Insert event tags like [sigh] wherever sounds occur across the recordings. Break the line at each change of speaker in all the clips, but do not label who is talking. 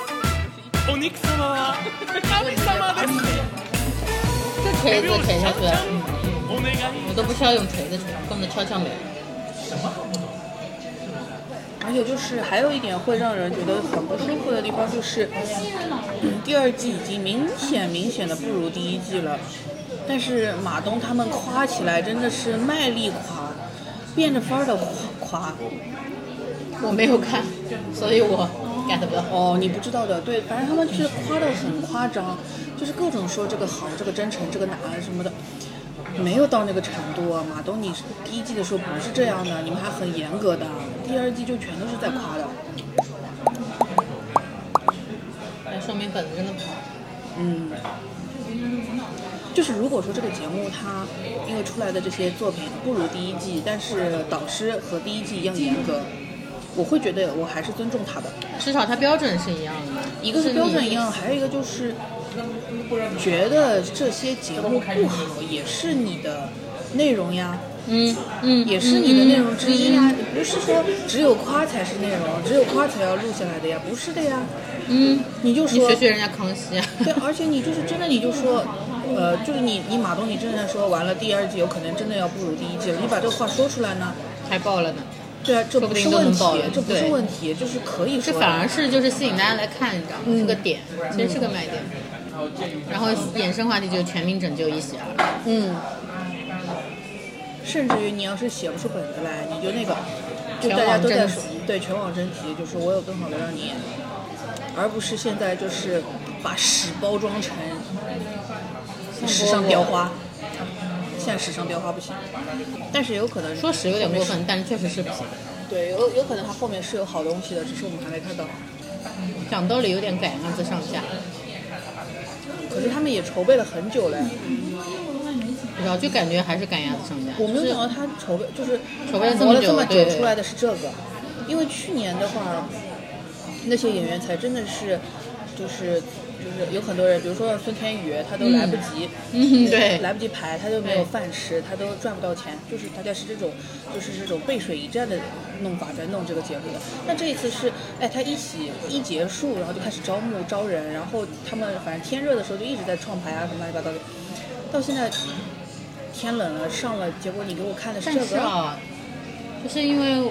哎
锤子锤下去，我都不需要用锤子锤，根本敲敲没了。
而且就是还有一点会让人觉得很不舒服的地方，就是、嗯第二季已经明显明显的不如第一季了，但是马东他们夸起来真的是卖力夸，变着法儿的夸。
我没有看，所以我 get 不到。
哦，你不知道的，对，反正他们就是夸的很夸张，就是各种说这个好，这个真诚，这个哪啊什么的，没有到那个程度啊。马东，你第一季的时候不是这样的，你们还很严格的，第二季就全都是在夸的。
那说明本子真的不好。
嗯，就是如果说这个节目它因为出来的这些作品不如第一季，但是导师和第一季一样严格，我会觉得我还是尊重他的。
至少它标准是一样的，
一个是标准一样，还有一个就是觉得这些节目不好，也是你的内容呀，
嗯嗯，
也是你的内容
嗯
之一啊呀。你不是说只有夸才是内容，只有夸才要录下来的呀，不是的呀。
嗯，
你就
你
说
学学人家康熙啊，
对，而且你就是真的，你就说，呃，就是你你马东，你真的说完了第二季有可能真的要不如第一季了，你把这个话说出来呢？
[laughs] 还爆了呢。
对啊，这
说不
不
定
是
都能
问题
爆了，
这不
对
是问题，就是可以
这
说的。
反而是就是吸引大家来看，你知道
嗯
吗？是个点，其实是个卖点。然后衍生话题就是全民拯救一啊喜儿，
嗯，甚至于你要是写不出本子来，你就那个，就大家都
全
在说
网征集
对全网征集，就是我有更好的让你演，而不是现在就是把屎包装成时尚雕花。现在时尚雕花不行，但是有可能
说实有点过分，但是确实是不行。
对，有有可能它后面是有好东西的，只是我们还没看到。
讲道理有点赶鸭子上架，
可是他们也筹备了很久嘞，
不知道就感觉还是赶鸭子上架。
我没有想到他筹备就是
筹备了这
磨
么
了
久
这么久
对
出来的是这个，因为去年的话，那些演员才真的是就是就是有很多人，比如说像孙天宇，他都来不及，
嗯嗯 [laughs] 对
来不及排，他都没有
对
饭吃，他都赚不到钱，就是大家是这种就是这种背水一战的弄法在弄这个节目的。那这一次是，哎，他一起一结束，然后就开始招募招人，然后他们反正天热的时候就一直在创牌啊什么乱七八糟的，到现在天冷了上了，结果你给我看的是
但
这
是
个，
啊，就是因为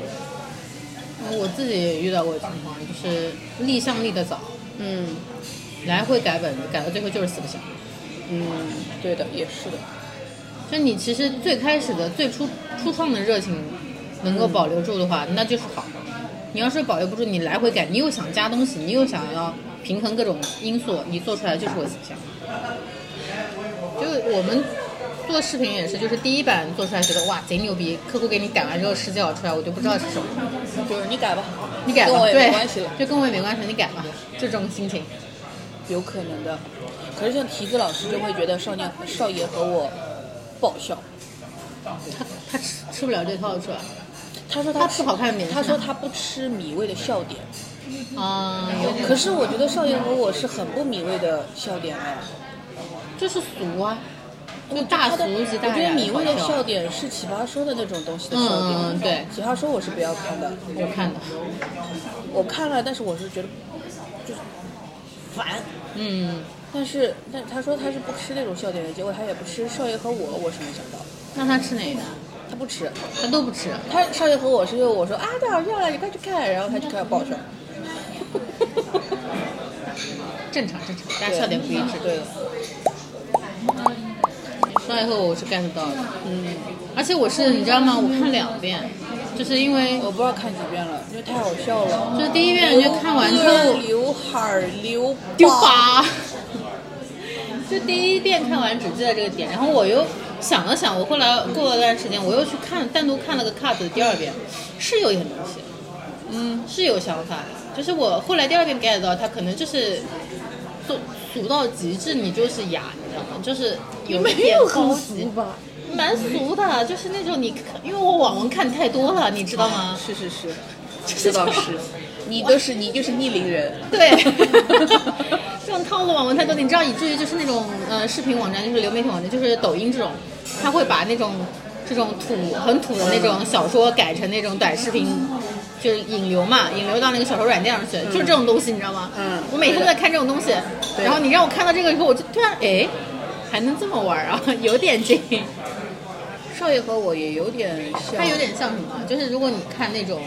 呃我自己也遇到过情况，就是立项立得早，
嗯
来回改本子，改到最后就是四不像。
嗯，对的，也是的，
就你其实最开始的最初初创的热情能够保留住的话，那就是好。你要是保留不住，你来回改，你又想加东西，你又想要平衡各种因素，你做出来就是会死相。就我们做视频也是，就是第一版做出来觉得哇贼牛逼，客户给你改完之后十几秒出来，我就不知道是什么，
就是你改吧，
你改吧，
跟我也
对
没关系了。
就跟我也没关系，你改吧，就这种心情。
有可能的。可是像提子老师就会觉得少年少爷和我爆笑，
他他吃吃不了这套是吧？
他说
他
吃
不好看的点是
他
哪
说他不吃米味的笑点。
啊、
可是我觉得少爷和我是很不米味的笑点哎，
就是俗啊，就大
他的
俗即大
我觉得
雅
米味的
好
笑点是奇葩说的那种东西的笑点。
嗯嗯对
奇葩说我是不要看的，
我看的，
我看了，但是我是觉得就是烦。
嗯，
但是，但他说他是不吃那种笑点的，结果他也不吃。少爷和我，我是没想到，
那他吃哪个？
他不吃。
他都不吃，
他少爷和我是因为我说啊太好笑了，你快去看，然后他就开始爆笑。
正常正常，大家笑点不一致。
对，
说完以后我是 get 到的，嗯，而且我是你知道吗？我看两遍，就是因为
我不知道看几遍了，因为太好笑了。
就是第一遍就看完之后
刘海儿刘
丢吧，就第一遍看完只记得这个点，然后我又想了想，我后来过了段时间，我又去看单独看了个 cut 的第二遍，是有点东西，嗯，是有想法的，就是我后来第二遍 get 到，它可能就是做俗到极致，你就是哑，你知道吗？就是有一点高级，
吧？
蛮俗的，就是那种你看，因为我网文看太多了，你知道吗？
是是是，
就是这
这
种
倒是，你都是你就是逆龄人。
对， [laughs] 这种套路网文太多，你知道，以至于就是那种呃视频网站，就是流媒体网站，就是抖音这种，他会把那种这种土很土的那种小说改成那种短视频。就是引流嘛，引流到那个小说软件上去，就是这种东西，你知道吗？
嗯
我每天都在看这种东西，
对
然后你让我看到这个以后，我就突然哎，还能这么玩啊， [laughs] 有点劲。
[laughs] 少爷和我也有点像，
它有点像什么？就是如果你看那种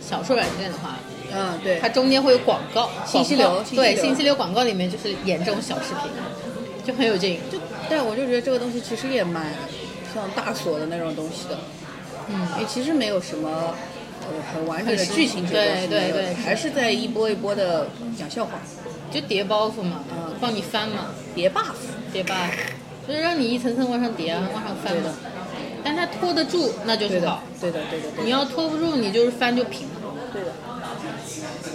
小说软件的话，
嗯，对
它，中间会有广告、
信息流
广告
信息
对
流
信息流广告里面就是演这种小视频，就很有劲。
就但我就觉得这个东西其实也蛮像大锁的那种东西的，
嗯，
也其实没有什么呃很完整的
很实
剧情这个东西
对
没有
对对
还是在一波一波的讲笑话，
就叠包袱嘛
嗯，
帮你翻嘛，
叠 buff，
叠吧，就是让你一层层往上叠啊，往上翻
对
嘛
的。
但它拖得住，那就
对
是
的
好。，
对的，对的，对
你
的，
要拖不住，你就是翻就平了。
对的，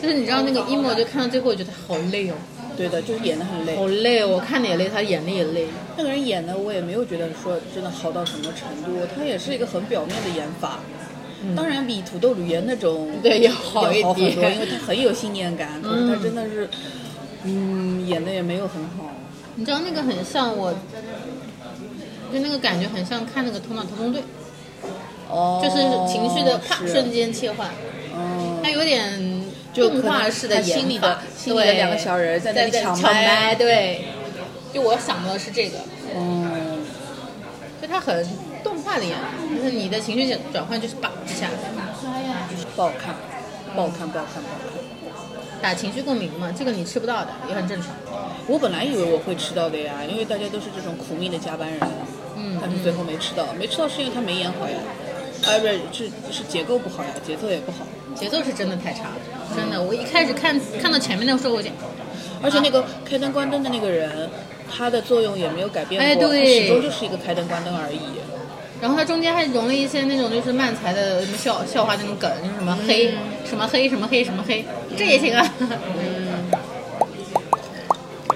就是你知道那个 emo 就看到最后，我觉得好累哦，
对的，就是演的很累
好。累哦，我看的也累，他演的也累。
那个人演的我也没有觉得说真的好到什么程度，他也是一个很表面的演法。当然比土豆吕岩那种
对要
好
好一
要好很多，
点
因为他很有信念感，可是他真的是，嗯，演的也没有很好。
你知道那个很像我，就那个感觉很像看那个《头脑特工队》，
哦，
就是情绪的啪
是
瞬，间切换，
嗯，
它有点
就
动画式的
可能他
演
心里
法
的心里的
对
两个小人在那里
在
抢
抢
麦
麦，对，就我想到的是这个，
嗯，
就它很动画的演法，就是你的情绪转转换就是叭一下，
不好看，不好看，不好看，不好看。
打情绪共鸣嘛，这个你吃不到的也很正常。
我本来以为我会吃到的呀，因为大家都是这种苦命的加班人，
嗯
但是最后没吃到，没吃到是因为他没演好呀，哎，不是是是结构不好呀，节奏也不好。
节奏是真的太差了，真的，我一开始看看到前面那个时候，我讲，
而且那个开灯关灯的那个人，他的作用也没有改变过，
哎对
他始终就是一个开灯关灯而已。
然后它中间还融了一些那种就是漫才的什么笑笑话那种梗，就是什么黑、
嗯
什么黑什么黑什么黑，这也行啊。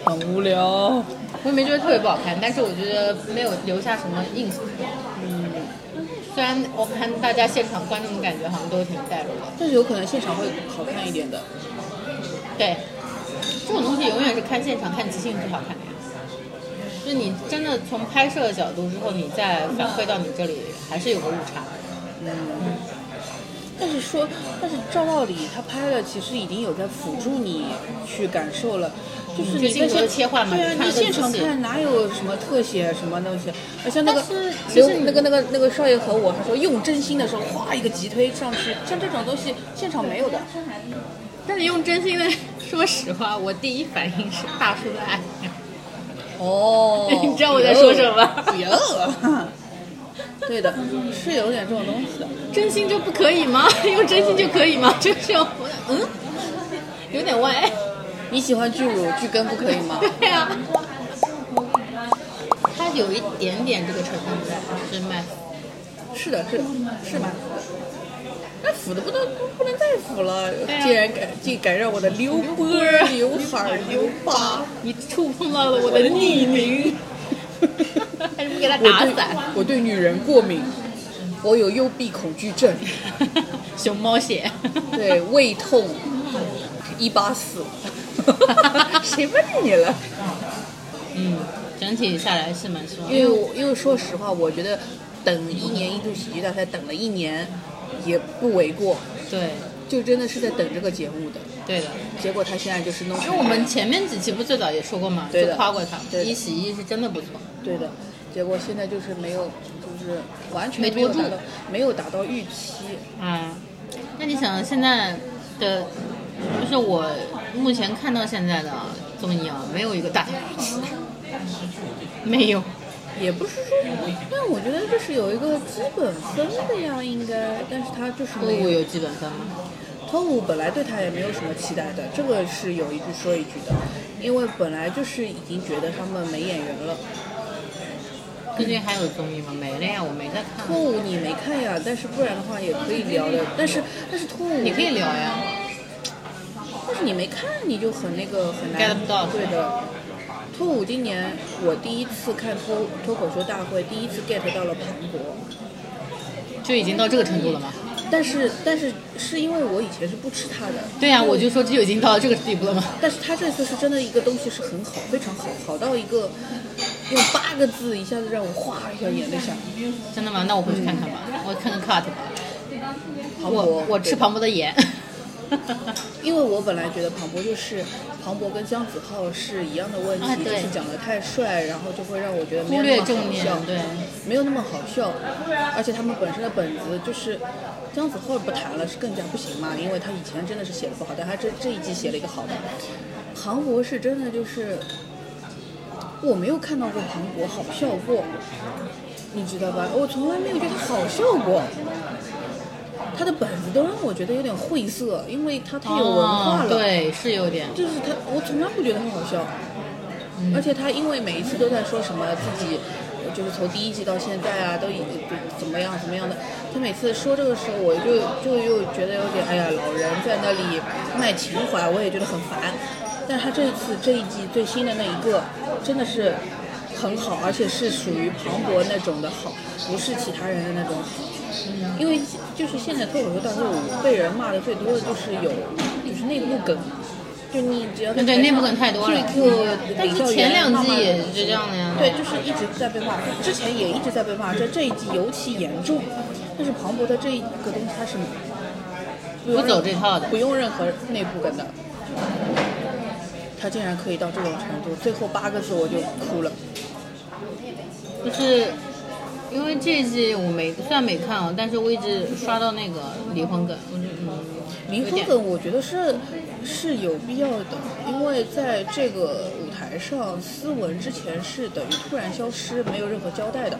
很无聊，
我也没觉得特别不好看，但是我觉得没有留下什么印象。嗯虽然我看大家现场观众的感觉好像都挺带入的，
但是有可能现场会好看一点的。
对，这种东西永远是看现场看即兴最好看的呀。就是你真的从拍摄的角度之后，你再反馈到你这里，还是有个误差。
但是说，但是照道理他拍了，其实已经有在辅助你去感受了，就是
嗯
你
就镜
在
头
现
的切换嘛
对啊，
你看
你
得更
现场
仔细
看哪有什么特写什么东西？而像那个
但是其
刘
实你
那个那个那个少爷和我，他说用真心的时候，哗一个急推上去，像这种东西现场没有的。
但是用真心的说实话，我第一反应是大叔的爱。
哦
[laughs] 你知道我在说什么
有。有 [laughs] 对的，是有点这种东西的。
真心就不可以吗？ [laughs] 用真心就可以吗？ [laughs] 就是我嗯，有点歪。
你喜欢巨乳巨根不可以吗？
对呀、啊，它有一点点这个成分在，是麦。
是的，是的是蛮腐的。那腐的不能不能再腐了，
啊
竟然敢竟敢让我的刘波儿、刘海儿、刘疤，
你触碰到了我的逆
[laughs]
鳞， [laughs] 还是不给它打散？
我对我对女人过敏，我有幽闭恐惧症，
熊猫血。
对胃痛，一八 [laughs] 四，谁问你了？
嗯，整体下来是蛮失望
因。为我因为说实话，我觉得等一年一度喜剧大赛等了一年也不为过，
对，
就真的是在等这个节目的。
对的。
结果他现在就是弄成
因为我们前面几期不最早也说过嘛，
对
就
的
夸过他
对，的
一喜一是真的不错。
对的，结果现在就是没有，就是完全
没
没有
拖住
达到没有达到预期。
啊，那你想现在的，就是我目前看到现在的综艺啊，没有一个 [laughs] 大家预期的，没有。
也不是说，但我觉得就是有一个基本分的呀，应该，但是他就是
歌舞
哦没有。
有基本分吗？
汤姆本来对他也没有什么期待的，这个是有一句说一句的，因为本来就是已经觉得他们没演员了。
最近还有综艺吗？没了呀，我没在看
脱。舞你没看呀，但是不然的话也可以聊的，但是但是脱舞
你可以聊呀，
但是你没看，你就很那个很难
get 不到
对的。脱舞今年我第一次看脱脱口秀大会，第一次 get 到了庞博，
就已经到这个程度了吗？
但是但是是因为我以前是不吃他的，
对呀、我就说这就已经到这个地步了吗？ [laughs]
但是他这次是真的一个东西是很好，非常好，好到一个用八个字一下子让我哗一下眼泪下来。
真的吗？那我回去看看吧，我看看 cut 吧。
庞博
我我吃
庞
[laughs] 庞博的盐，
因为我本来觉得庞博就是庞博跟姜子浩是一样的问题，
啊
就
对
是讲的太帅，然后就会让我觉得没
忽
有
略
那么
重
好
点
笑，
对，
没有那么好笑，而且他们本身的本子就是姜子浩不谈了是更加不行嘛，因为他以前真的是写的不好，但他这这一季写了一个好的，
嗯
庞博是真的就是我没有看到过庞博好笑过，你知道吧？我从来没有觉得他好笑过。他的本子都让我觉得有点晦涩，因为他太有文化了。
哦，对，是有点。
就是他，我从来不觉得他好笑，而且他因为每一次都在说什么自己，呃就是从第一季到现在啊，都已经怎么样怎么样的，他每次说这个时候，我就就又觉得有点哎呀，老人在那里卖情怀，我也觉得很烦。但是他这一次这一季最新的那一个，真的是很好，而且是属于庞博那种的好，不是其他人的那种好。因为就是现在脱口秀大会我被人骂的最多的就是有就是内幕梗，就你只要在
对
台上
内幕梗太多了
Q
但是前两季也是这样的呀
对，就是一直在被骂，之前也一直在被骂，在这一季尤其严重。但是庞博的这一个东西他是不用
不走
任
这套的
不用任何内部梗的。他竟然可以到这种程度，最后八个字我就哭了。
就是因为这一季我没虽然没看啊，但是我一直刷到那个离婚梗，我就嗯，
离
有
婚
点
梗，我觉得是是有必要的，因为在这个舞台上，斯文之前是等于突然消失，没有任何交代的。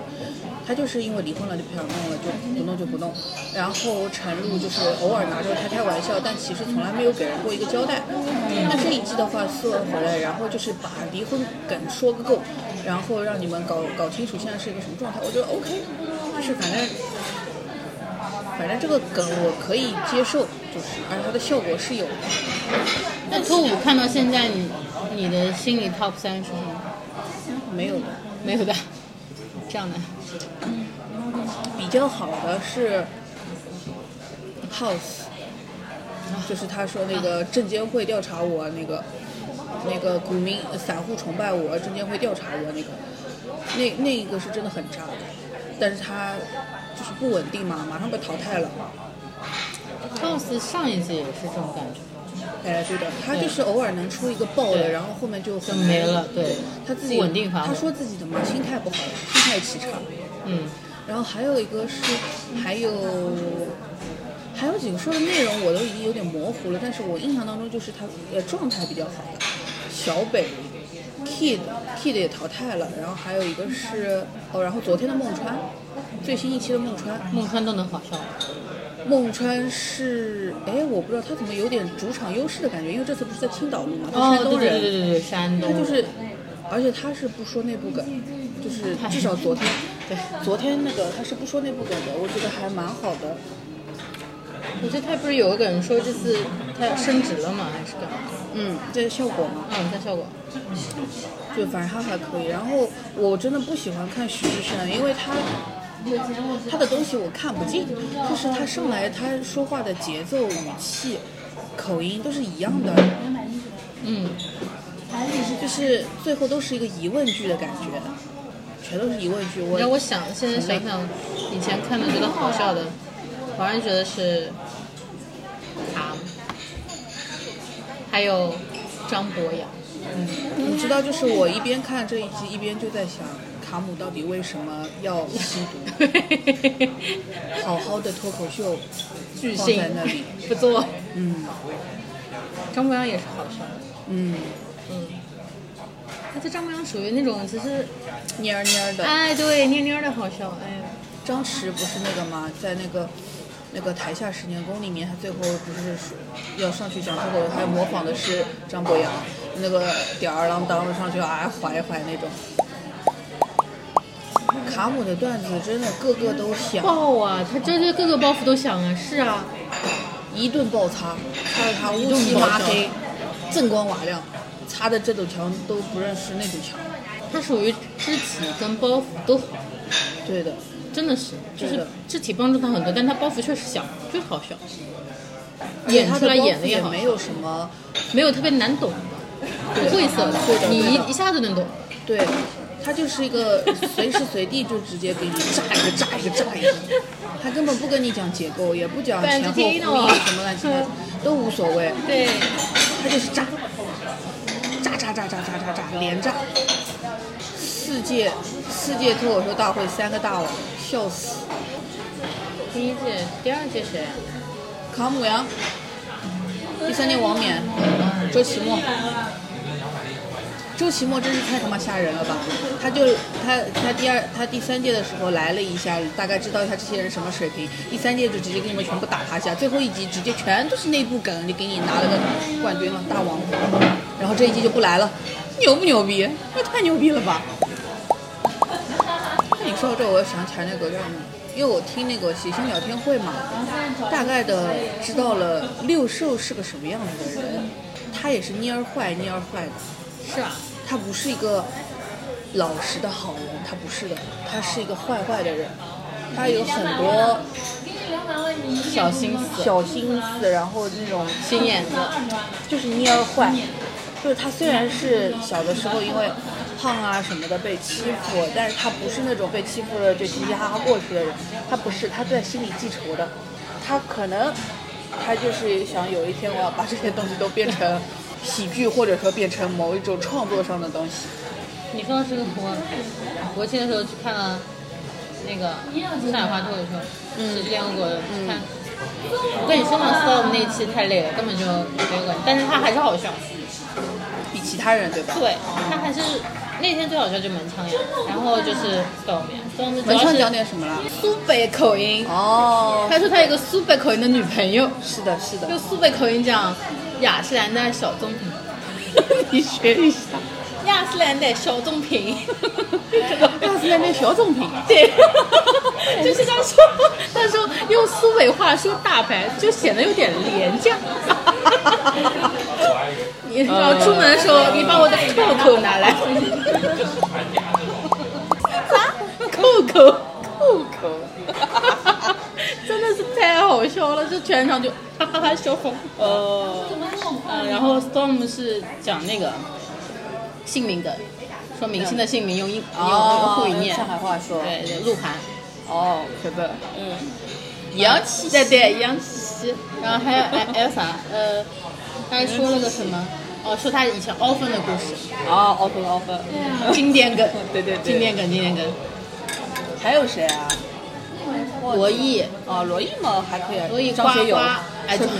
他就是因为离婚了就不想弄了，就不弄就不弄。然后陈露就是偶尔拿出来开开玩笑，但其实从来没有给人过一个交代。那这一季的话，斯文回来，然后就是把离婚梗说个够，然后让你们搞搞清楚现在是一个什么状态，我觉得 OK，就是反正反正这个梗我可以接受，就是而且它的效果是有的。
那脱五看到现在你，你的心里 top 三是什么？
没有的。
没 [laughs] 有的，这样的。
比较好的是 House，就是他说那个证监会调查我那个，那个股民散户崇拜我，证监会调查我那个，那那一个是真的很渣，但是他就是不稳定嘛，马上被淘汰了。
House 上一季也是这种感觉，
哎，对的，他就是偶尔能出一个爆的，
对
然后后面就
就
很
没了。对，
他自
不
己
稳定发
他
挥。
说自己的嘛，心态不好，心态奇差。
嗯，
然后还有一个是，还有还有几个说的内容我都已经有点模糊了，但是我印象当中就是他呃状态比较好的小北。Kid Kid 也淘汰了，然后还有一个是哦，然后昨天的孟川，最新一期的孟川，
孟川都能好笑，
孟川是哎，我不知道他怎么有点主场优势的感觉，因为这次不是在青岛录嘛，他
哦，
山
对
东人，
对对对对，山东
他就是，而且他是不说内部梗，就是至少昨天，对，昨天那个他是不说内部梗的，我觉得还蛮好的。
我觉得他不是有个人说这次他升职了嘛，还是干嘛？
嗯，这是效果嘛，
嗯，看效果。
就反正他还可以。然后我真的不喜欢看徐志胜，因为他他的东西我看不进，就是他上来他说话的节奏、语气、口音都是一样的，
嗯，
就是最后都是一个疑问句的感觉，全都是疑问句。
让
我
我想现在想想，以前看的觉得好笑的，我然觉得是卡姆，还有张博 [laughs] 洋。
你知道，就是我一边看这一集，一边就在想，卡姆到底为什么要吸毒？好好的脱口秀，
巨
放
星
在那里
不做。
嗯
张博洋也是好笑的，
嗯，
嗯。而且张博洋属于那种其实，
蔫儿蔫儿的。
哎，对，蔫蔫的好笑，哎呀，
张弛不是那个吗？在那个那个台下十年功里面，他最后不是说要上去讲脱口秀，他模仿的是张博洋那个吊儿郎当的上去啊缓一缓那种。卡姆的段子真的个个都响，
爆啊！他真是各个包袱都响啊，是啊，
一顿暴擦，擦得他乌漆
一顿暴
麻
擦
黑，锃光瓦亮，擦的这堵墙都不认识那堵墙。
他属于肢体跟包袱都好，
对的，
真的是，就
对
是
的
肢体帮助他很多，但他包袱确实响，就是好笑，
而且
演
他
出
的
来
包
演
袱
的
也
好，
没有什么，
没有特别难懂的，
对
晦涩的
对的，
你
对的
一一下就能懂。
对，他就是一个随时随地就直接给你炸一个炸一个炸一个，他根本不跟你讲结构，也不讲前后呼应
Valentino
什么乱七八糟都无所谓，
对，
他就是炸，炸炸炸炸炸炸炸连炸，世界世界脱口秀大会三个大王，笑死，
第一届、第二届谁啊？
卡姆扬，第三届王冕，周奇墨。周奇墨真是太他妈吓人了吧！他就他他第二他第三届的时候来了一下，大概知道一下这些人什么水平。第三届就直接给你们全部打趴下，最后一集直接全都是内部梗，就给你拿了个冠军了，大王。然后这一季就不来了，牛不牛逼？那太牛逼了吧！那你说到这，我又想起来那个叫什么，因为我听那个谐星聊天会嘛，大概的知道了六兽是个什么样子的人，他也是蔫儿坏蔫儿坏的。
是啊，
他不是一个老实的好人，他不是的，他是一个坏坏的人，他有很多
小心思、
小心思，然后那种
心眼子，
就是蔫儿坏，就是他虽然是小的时候因为胖啊什么的被欺负，但是他不是那种被欺负了就嘻嘻哈哈过去的人，他不是，他在心里记仇的，他可能他就是想有一天我要把这些东西都变成喜剧，或者说变成某一种创作上的东西。
你说是个我，国庆的时候去看了那个上海话脱口秀，喜剧联合国的，去看。我跟你说嘛，Storm 那期太累了，根本就没有感觉，但是他还是好笑。
比其他人对吧？
对，他还是那天最好笑就门腔呀，然后就是 Storm 呀，Storm 主
文
要
创讲
是
点什么了？
苏北口音。
哦，
他说他有个苏北口音的女朋友，
是的，是的
用，苏北口音讲雅诗兰黛小棕 [laughs] 瓶，
[laughs] 你学一下。
雅诗兰黛小棕瓶， [laughs]
大四那边小总评，
对， [laughs] 就是他说他说用苏北话说大牌，就显得有点廉价。 [laughs] 你知道出门的时候，你把我的扣扣拿来。啥？扣扣？扣扣？真的是太好笑了，就全场就哈哈哈笑疯。
呃，
嗯，然后 Storm 是讲那个姓名梗，说明星的姓名用英用沪语念，
哦上海话说，
对对，鹿晗，
哦，可乐，
嗯，
洋气，
对对，杨奇，然后还有还还有啥？呃，他还说了个什么？哦，说他以前 often 的故 [laughs] 事，
哦，offer offer，
经典梗，
对对对
经典梗，经典梗。
还有谁啊？
罗毅，
哦，罗毅嘛还可以，
罗毅
张学友
呱呱，哎
说
张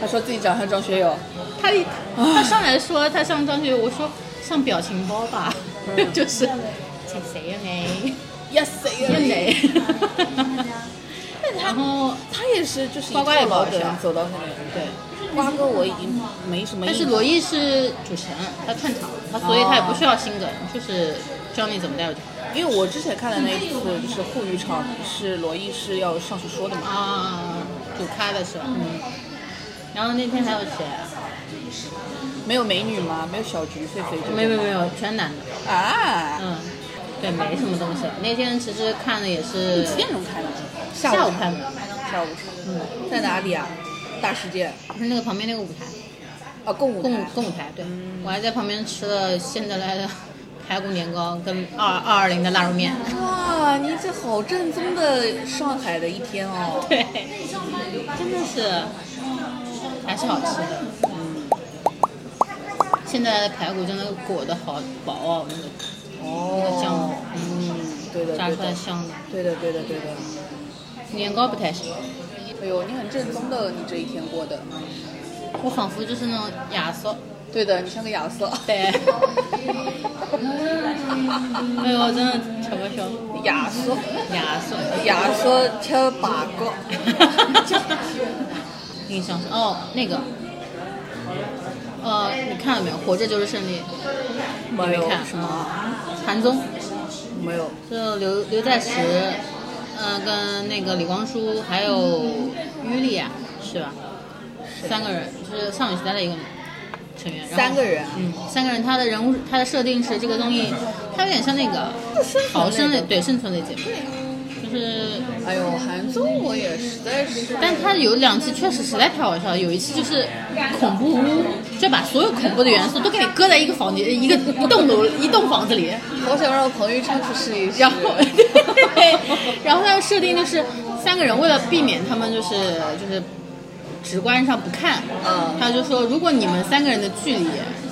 他说自己长相张学友，
他他上来说他像张学友，我说像表情包吧， [laughs] 就是嗯请谁呀你？
[laughs] 呀谁
呀 [laughs] 你？然后
他也是就是一
呱呱也
个老
不好笑
人走到现在，
对。
瓜哥我已经没什么印
但
象，
是罗毅是主持人，他串场，他所以他也不需要新梗，就是教你怎么带入
因为我之前看的那一次就是沪语场，是罗毅是要上去说的嘛，
啊，主咖的是吧？嗯。然后那天还有谁啊？
没有美女吗？没有小菊、狒狒这种
没有没有没有，全男的。
啊？
嗯，对，没什么东西了。那天其实看的也
你
是
几点钟看的？
下午
场
看的，
下午场。嗯，在哪里啊？大世界
是那个旁边那个舞台，
啊，共舞台
共舞共舞台。对，我还在旁边吃了现在来的排骨年糕跟二二二零的腊肉面。
哇，你这好正宗的上海的一天哦！
对，真的是还是好吃的。现在的排骨真的裹得好薄哦，那个
哦
酱
嗯，对的，
炸
对
出来
的，
香的。
对的，对的，对的。
年糕不太行，
哎呦，你很正宗的，你这一天过的。
我仿佛就是那种亚索。
对的，你像个亚瑟。
对，哎呦，真的吃不消。
亚瑟，
亚索，
亚瑟吃八个。
[laughs] 印象深哦，那个，呃，你看了没有？活着就是胜利，
没有
你没看
什么，
韩综。
没有。
就刘刘在石，嗯、跟那个李光洙还有于丽亚是吧？三个人就是少女时代的一个成员。然后
三个人啊
嗯，三个人，他的人物他的设定是这个综艺，它有点像那个
哦生存类的啊
逃生类，对生存类节目，就是就是
哎呦，韩综我也实在是，
但他有两期确实实在太好笑了，有一期就是恐怖屋，就把所有恐怖的元素都给你搁在一个房间、一个一栋楼、一栋房子里，
好想让彭昱畅去试一试。
[laughs]
然后
[laughs]
对，然后他的设定就是三个人为了避免他们就是就是直观上不看，
嗯
他就说如果你们三个人的距离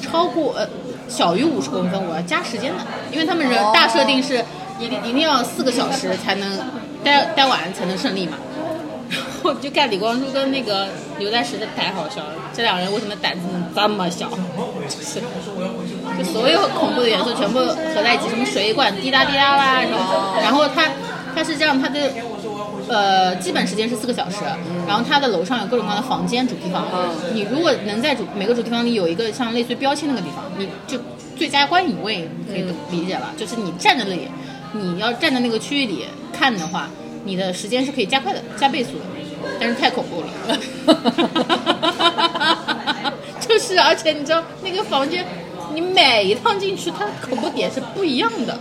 超过呃小于五十公分，我要加时间的，因为他们人
哦
大设定是一定一定要四个小时才能待待完才能胜利嘛。 [laughs] 然后就看李光洙跟那个刘在石的太好笑了，这两人为什么胆子能这么小？就是就所有恐怖的元素全部合在一起，什么水管滴答滴答啦，然后然后他他是这样，他的呃基本时间是四个小时，然后他的楼上有各种各样的房间、主题房，你如果能在主每个主题房里有一个像类似于标签那个地方，你就最佳观影位，你可以懂理解吧？就是你站在那里，你要站在那个区域里看的话，你的时间是可以加快的、加倍速的，但是太恐 [laughs] 怖了。 [laughs] 就是，而且你知道那个房间，你每一趟进去，它的恐怖点是不一样的。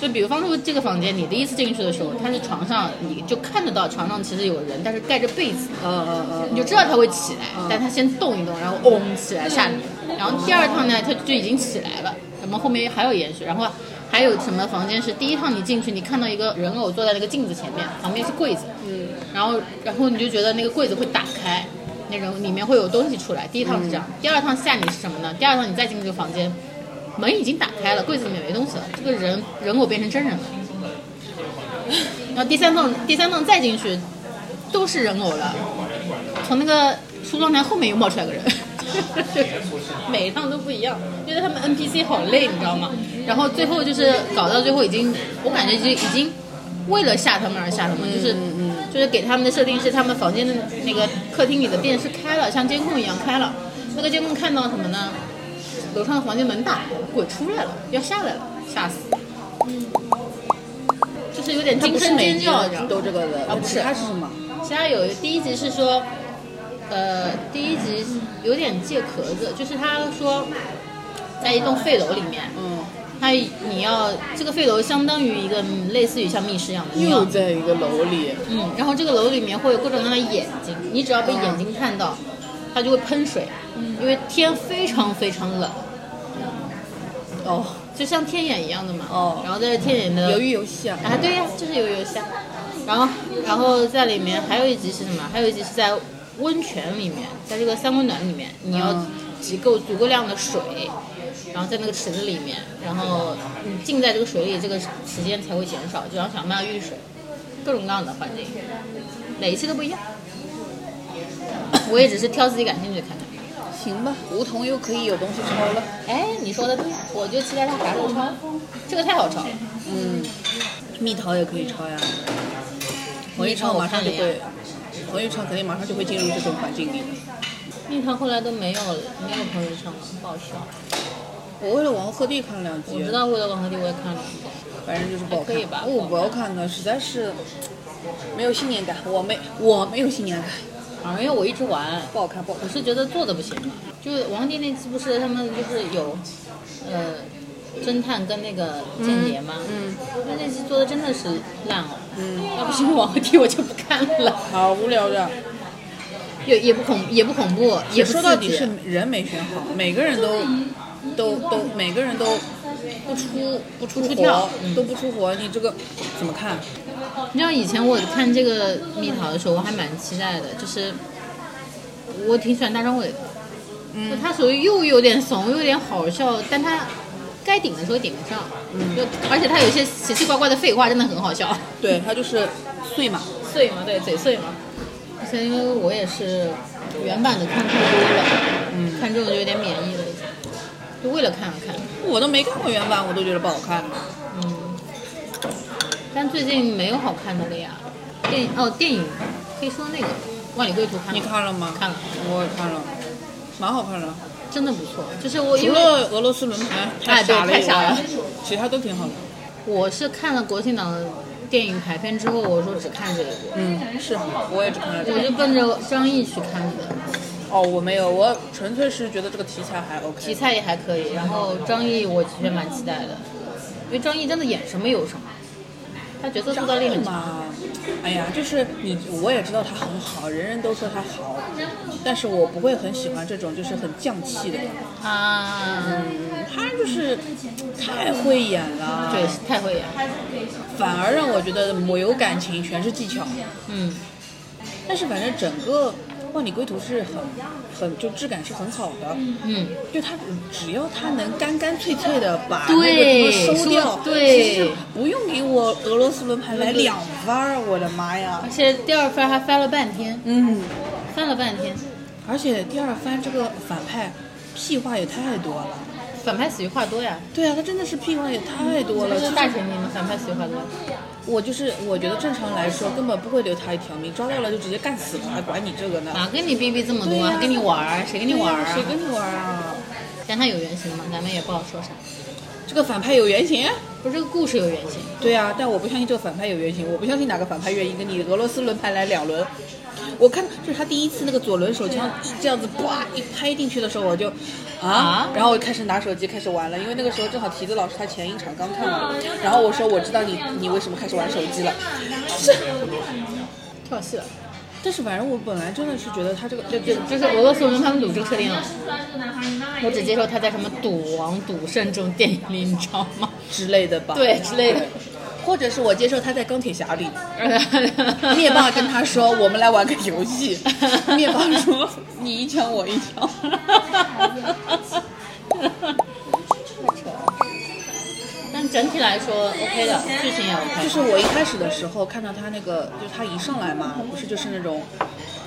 就比方说这个房间，你第一次进去的时候，它是床上，你就看得到床上其实有人，但是盖着被子，
嗯嗯嗯，
你就知道它会起来，但它先动一动，然后嗡起来吓你。然后第二趟呢，它就已经起来了，然后后面还有延续，然后还有什么房间是第一趟你进去，你看到一个人偶坐在那个镜子前面，旁边是柜子，嗯，然后然后你就觉得那个柜子会打开，那种里面会有东西出来。第一趟是这样，
嗯
第二趟吓你是什么呢？第二趟你再进这个房间，门已经打开了，柜子里面没东西了，这个人人偶变成真人
[laughs]
了。然后第三趟，第三趟再进去，都是人偶了。从那个梳妆台后面又冒出来个人， [laughs] 每一趟都不一样，觉得他们 NPC 好累，你知道吗？然后最后就是搞到最后已经，我感觉就已经为了吓他们而吓他们，就是就是给他们的设定是他们房间的那个客厅里的电视开了，像监控一样开了，那个监控看到什么呢？楼上的房间门打开了，鬼出来了，要下来了，吓死！就是有点嗯惊声尖叫，这样。
都这个的，
啊不是
它是什么？
其他有第一集是说，呃，第一集有点借壳子，就是他说，在一栋废楼里面，
嗯，
他你要这个废楼相当于一个嗯类似于像密室一样的，你要
又在一个楼里，
嗯，然后这个楼里面会有各种各样的眼睛，你只要被眼睛看到，它就会喷水，
嗯
因为天非常非常冷，
哦，
就像天眼一样的嘛，
哦
然后在天眼的
鱿鱼游戏啊，
啊，对呀、就是游游虾。然后，然后在里面还有一集是什么？还有一集是在温泉里面，在这个三温暖里面，你要
嗯
集够足够量的水，然后在那个池子里面，然后你浸在这个水里，这个时间才会减少，就要想办法遇水，各种各样的环境，每一期都不一样。 [coughs] 我也只是挑自己感兴趣看看。
行吧，梧桐又可以有东西抄了。
哎，你说的对，我就期待它啥时候抄，这个太好抄了。
嗯，蜜桃也可以抄呀。彭昱畅马上就
蜜桃我看了
会，彭昱畅肯定马上就会进入这种环境里的。
蜜桃后来都没有了，没有朋友唱了，不好笑。
我为了王鹤棣看了两集，
我知道《为了王鹤棣》，我也看了，
反正就是不好
还
看。
可
哦
以吧
我不要看的，实在是没有信念感，我没我没有信念感，
反正因为我一直玩，
不好看，不好看
我。是觉得做的不行了。就是王帝那期不是他们就是有，呃，侦探跟那个间谍吗？嗯，他那期做的真的是烂哦。嗯， [laughs] 要不是因为王帝，我就不看了。 [laughs]
好无聊的，
也也不恐也不恐怖，也不
说到
刺
底
激
是，人没选好，每个人都都都每个人都不出不出
出跳
活
嗯
都不出活，你这个怎么看？
你知道以前我看这个蜜桃的时候，我还蛮期待的，就是我挺喜欢大张伟的，就他属于又有点怂，又有点好笑，但他该顶的时候顶不上，就而且他有些奇奇怪怪的废话真的很好笑，
对他就是碎嘛，
碎嘛，对，嘴碎嘛。而且因为我也是原版的看太多了，看这种就有点免疫了，已经，就为了看而看。
我都没看过原版，我都觉得不好看。
但最近没有好看的了呀，电影哦电影，可以说那个《万里归途》看了
你看了吗？
看了。
我也看了，蛮好看的。
真的不错，就是我
除
因为
了俄罗斯轮盘太
哎对
傻了
太
以
傻
外
了，
其他都挺好的。
我是看了国庆档的电影排片之后，我说只看这一部，
嗯，是，我也只看了这
我
个。
就奔着张译去看的，
哦，我没有，我纯粹是觉得这个题材还 OK。
题材也还可以，然后张译我其实蛮期待的，因为张译真的演什么有什么。他角色塑造力很强。
嘛，哎呀，就是你，我也知道他很好，人人都说他好，但是我不会很喜欢这种就是很犟气的人。
啊，
嗯，他就是太会演了，
对，，太会演了。
反而让我觉得没有感情，全是技巧。
嗯，
但是反正整个《万里归途》是很很就质感是很好的，
嗯，
就他只要他能干干脆脆的把那
对
个什么收掉，
说对
其实不用给我俄罗斯轮盘来两番儿，我的妈呀
而！且第二番还翻了半天，
嗯，
翻了半天，
而且第二番这个反派屁话也太多了。
反派死于话多呀，
对啊，他真的是屁话也太多了。
这
其
是
实
大前提嘛，反派死于话多。
我就是我觉得正常来说根本不会留他一条命，抓到了就直接干死了，还管你这个呢？
哪跟你逼逼这么多
对
啊？
呀
跟你玩儿，谁跟你玩儿
啊对啊谁
啊？
跟你玩儿啊？
但他有原型嘛，咱们也不好说啥。
这个反派有原型？
不是这个故事有原型，
对啊，但我不相信这个反派有原型，我不相信哪个反派愿意跟你俄罗斯轮盘来两轮。我看就是他第一次那个左轮手枪这样子啪一拍进去的时候，我就啊，
啊
然后我就开始拿手机开始玩了，因为那个时候正好提子老师他前一场刚看完，然后我说我知道你你为什么开始玩手机了，就是，
跳戏了。
但是反正我本来真的是觉得他这个这
就就
这
是俄罗斯人他们赌这个设定了，我只接受他在什么赌王、赌圣这种电影里，你知道吗？
之类的吧，
对之类的。
或者是我接受他在钢铁侠里， [laughs] [laughs] 灭霸跟他说我们来玩个游戏，灭霸说你一枪我一枪。
[laughs] [laughs] 但整体来说 OK 的，剧情也 OK。
就是我一开始的时候看到他那个，就是他一上来嘛，不是就是那种，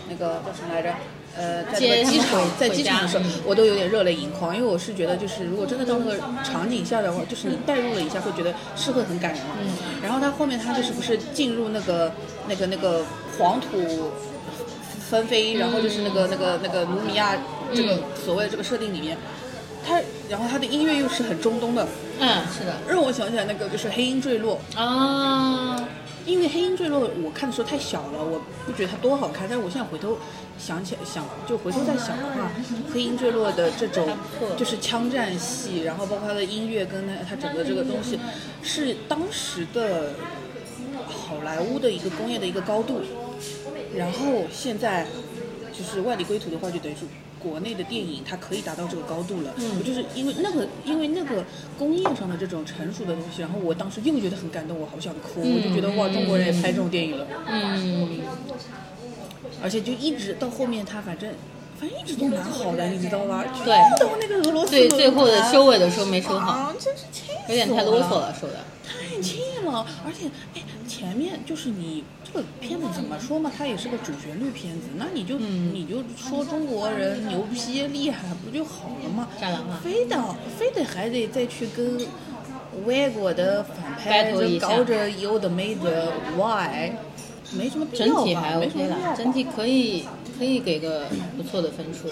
那个叫什么来着？呃，在那
接
个
他
机
们
场
回，
在机场的时候
回家嗯，
我都有点热泪盈眶，因为我是觉得，就是如果真的到那个场景下的话，就是你代入了一下，会觉得是会很感人
嗯
嘛。然后他后面他就是不是进入那个那个那个黄土纷飞，然后就是那个那个那个努米亚这个
嗯
所谓的这个设定里面，他然后他的音乐又是很中东的，
嗯，是的。
让我想起来那个就是黑鹰坠落。
啊，
因为《黑鹰坠落》我看的时候太小了，我不觉得它多好看，但是我现在回头想起来想就回头再想的话，《黑鹰坠落》的这种就是枪战戏，然后包括它的音乐跟它它整个这个东西，是当时的好莱坞的一个工业的一个高度。然后现在就是万里归途的话，就等于是国内的电影它可以达到这个高度了。嗯，就是因为那个，因为那个工业上的这种成熟的东西，然后我当时又觉得很感动，我好想哭，我就觉得哇，中国人也拍这种电影了，
嗯，
而且就一直到后面他反正。反正一直都蛮好的，你知道吧？
对
到那个俄罗斯
对，最后的收
尾
尾的时候没收好，
啊，真是气死
有点太
我
啰嗦了，说的。
太气了，而且哎，前面就是你这个片子怎么说嘛，它也是个主旋律片子，那你就、
嗯
你就说中国人牛逼厉害不就好了嘛？
战狼啊
非得非得还得再去跟外国的反派
battle 一
这
下
搞着有的没的，why？没什么必要吧
整体还
没什
OK
么必要
啦
吧，
整体可以可以给个不错的分数。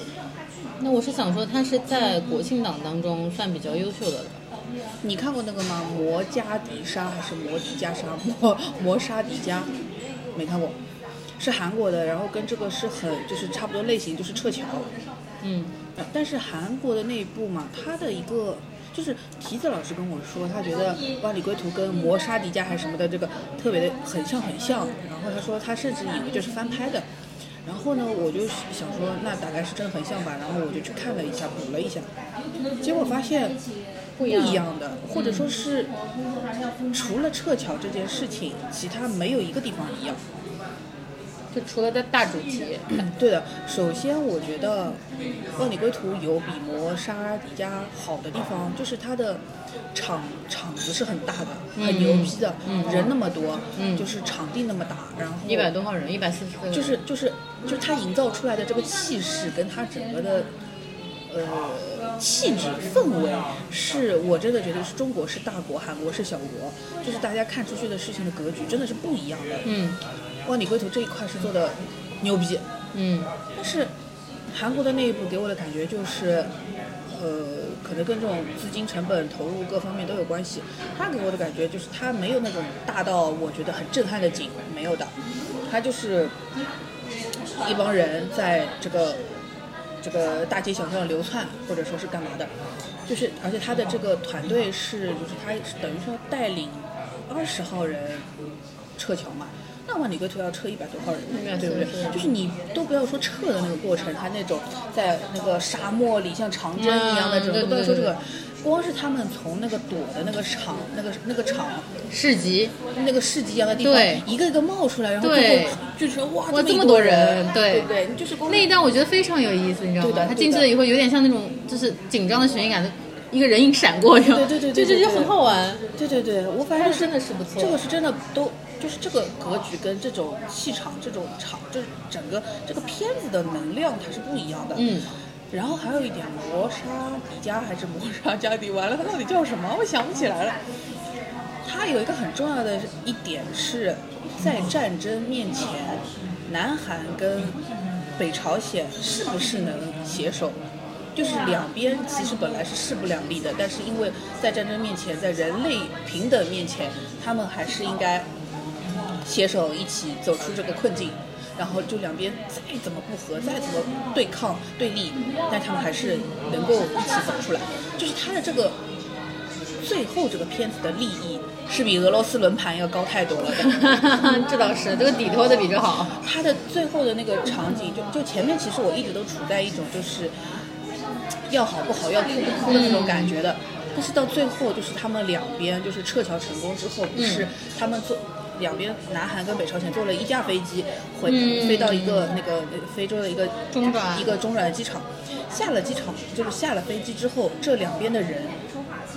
那我是想说，它是在国庆档当中算比较优秀的了。
你看过那个吗？摩加迪沙还是摩迪加沙？摩摩沙迪加？没看过，是韩国的，然后跟这个是很就是差不多类型，就是撤侨。
嗯
呃但是韩国的那一部嘛，它的一个就是提子老师跟我说，他觉得《万里归途》跟《摩沙迪加》还是什么的这个特别的很像很像，然后他说他甚至以为这是翻拍的。然后呢，我就想说，那大概是真的很像吧。然后我就去看了一下，补了一下，结果发现不一样的，或者说是除了撤侨这件事情，其他没有一个地方一样。
就除了它大主题，
对的，首先我觉得《万里归途》有比《摩沙迪加》好的地方，就是它的场场子是很大的，很牛逼的，
嗯
人那么多，就是场地那么大，然后
一百多号人，一百四十个人，
就是就是就是它营造出来的这个气势跟它整个的呃气质氛围，是我真的觉得是中国是大国，韩国是小国，就是大家看出去的事情的格局真的是不一样的。
嗯
万里归途》这一块是做的牛逼。
嗯
但是韩国的那一部给我的感觉就是，呃，可能跟这种资金成本投入各方面都有关系。他给我的感觉就是他没有那种大到我觉得很震撼的景，没有的，他就是一帮人在这个这个大街小巷流窜，或者说是干嘛的，就是而且他的这个团队是就是他是等于说带领。二十号人撤侨嘛，那万里归途要撤一百多号人
嗯，
对不对
是是？
就是你都不要说撤的那个过程，他那种在那个沙漠里像长征一样的这
嗯对
种，都不要说
对
这
对
个，光是他们从那个躲的那个场，那个那个场，
市集，
那个市集一样的地方
对，
一个一个冒出来，然后最
对
后就是哇，
哇
么
这
一
么
多
多人对
对不对？你就是光
那一段我觉得非常有意思，你知道
对的
吗？他进去
对的
了以后，有点像那种就是紧张的悬疑感，一个人影闪过一样，
对对对对
就
对
就就很好玩。 [laughs]
对对对，我反正
但是真的是不错
这个是真的都就是这个格局跟这种气场、这种场，就是整个这个片子的能量它是不一样的。
嗯。
然后还有一点，磨砂迪迦还是磨砂加迪，完了它到底叫什么？我想不起来了。它有一个很重要的一点是，在战争面前，南韩跟北朝鲜是不是能携手？就是两边其实本来是势不两立的，但是因为在战争面前，在人类平等面前，他们还是应该携手一起走出这个困境。然后就两边再怎么不和，再怎么对抗对立，但他们还是能够一起走出来。就是他的这个最后这个片子的利益是比俄罗斯轮盘要高太多了的。
[laughs] 这倒是，这个底拖的比这好。
它的最后的那个场景，就就前面其实我一直都处在一种就是要好不好，要哭不哭的那种感觉的。但是到最后，就是他们两边就是撤侨成功之后，不
嗯
是他们坐两边南韩跟北朝鲜坐了一架飞机回、
嗯
飞到一个那个呃非洲的一个
中转
一个中转的机场。下了机场就是下了飞机之后，这两边的人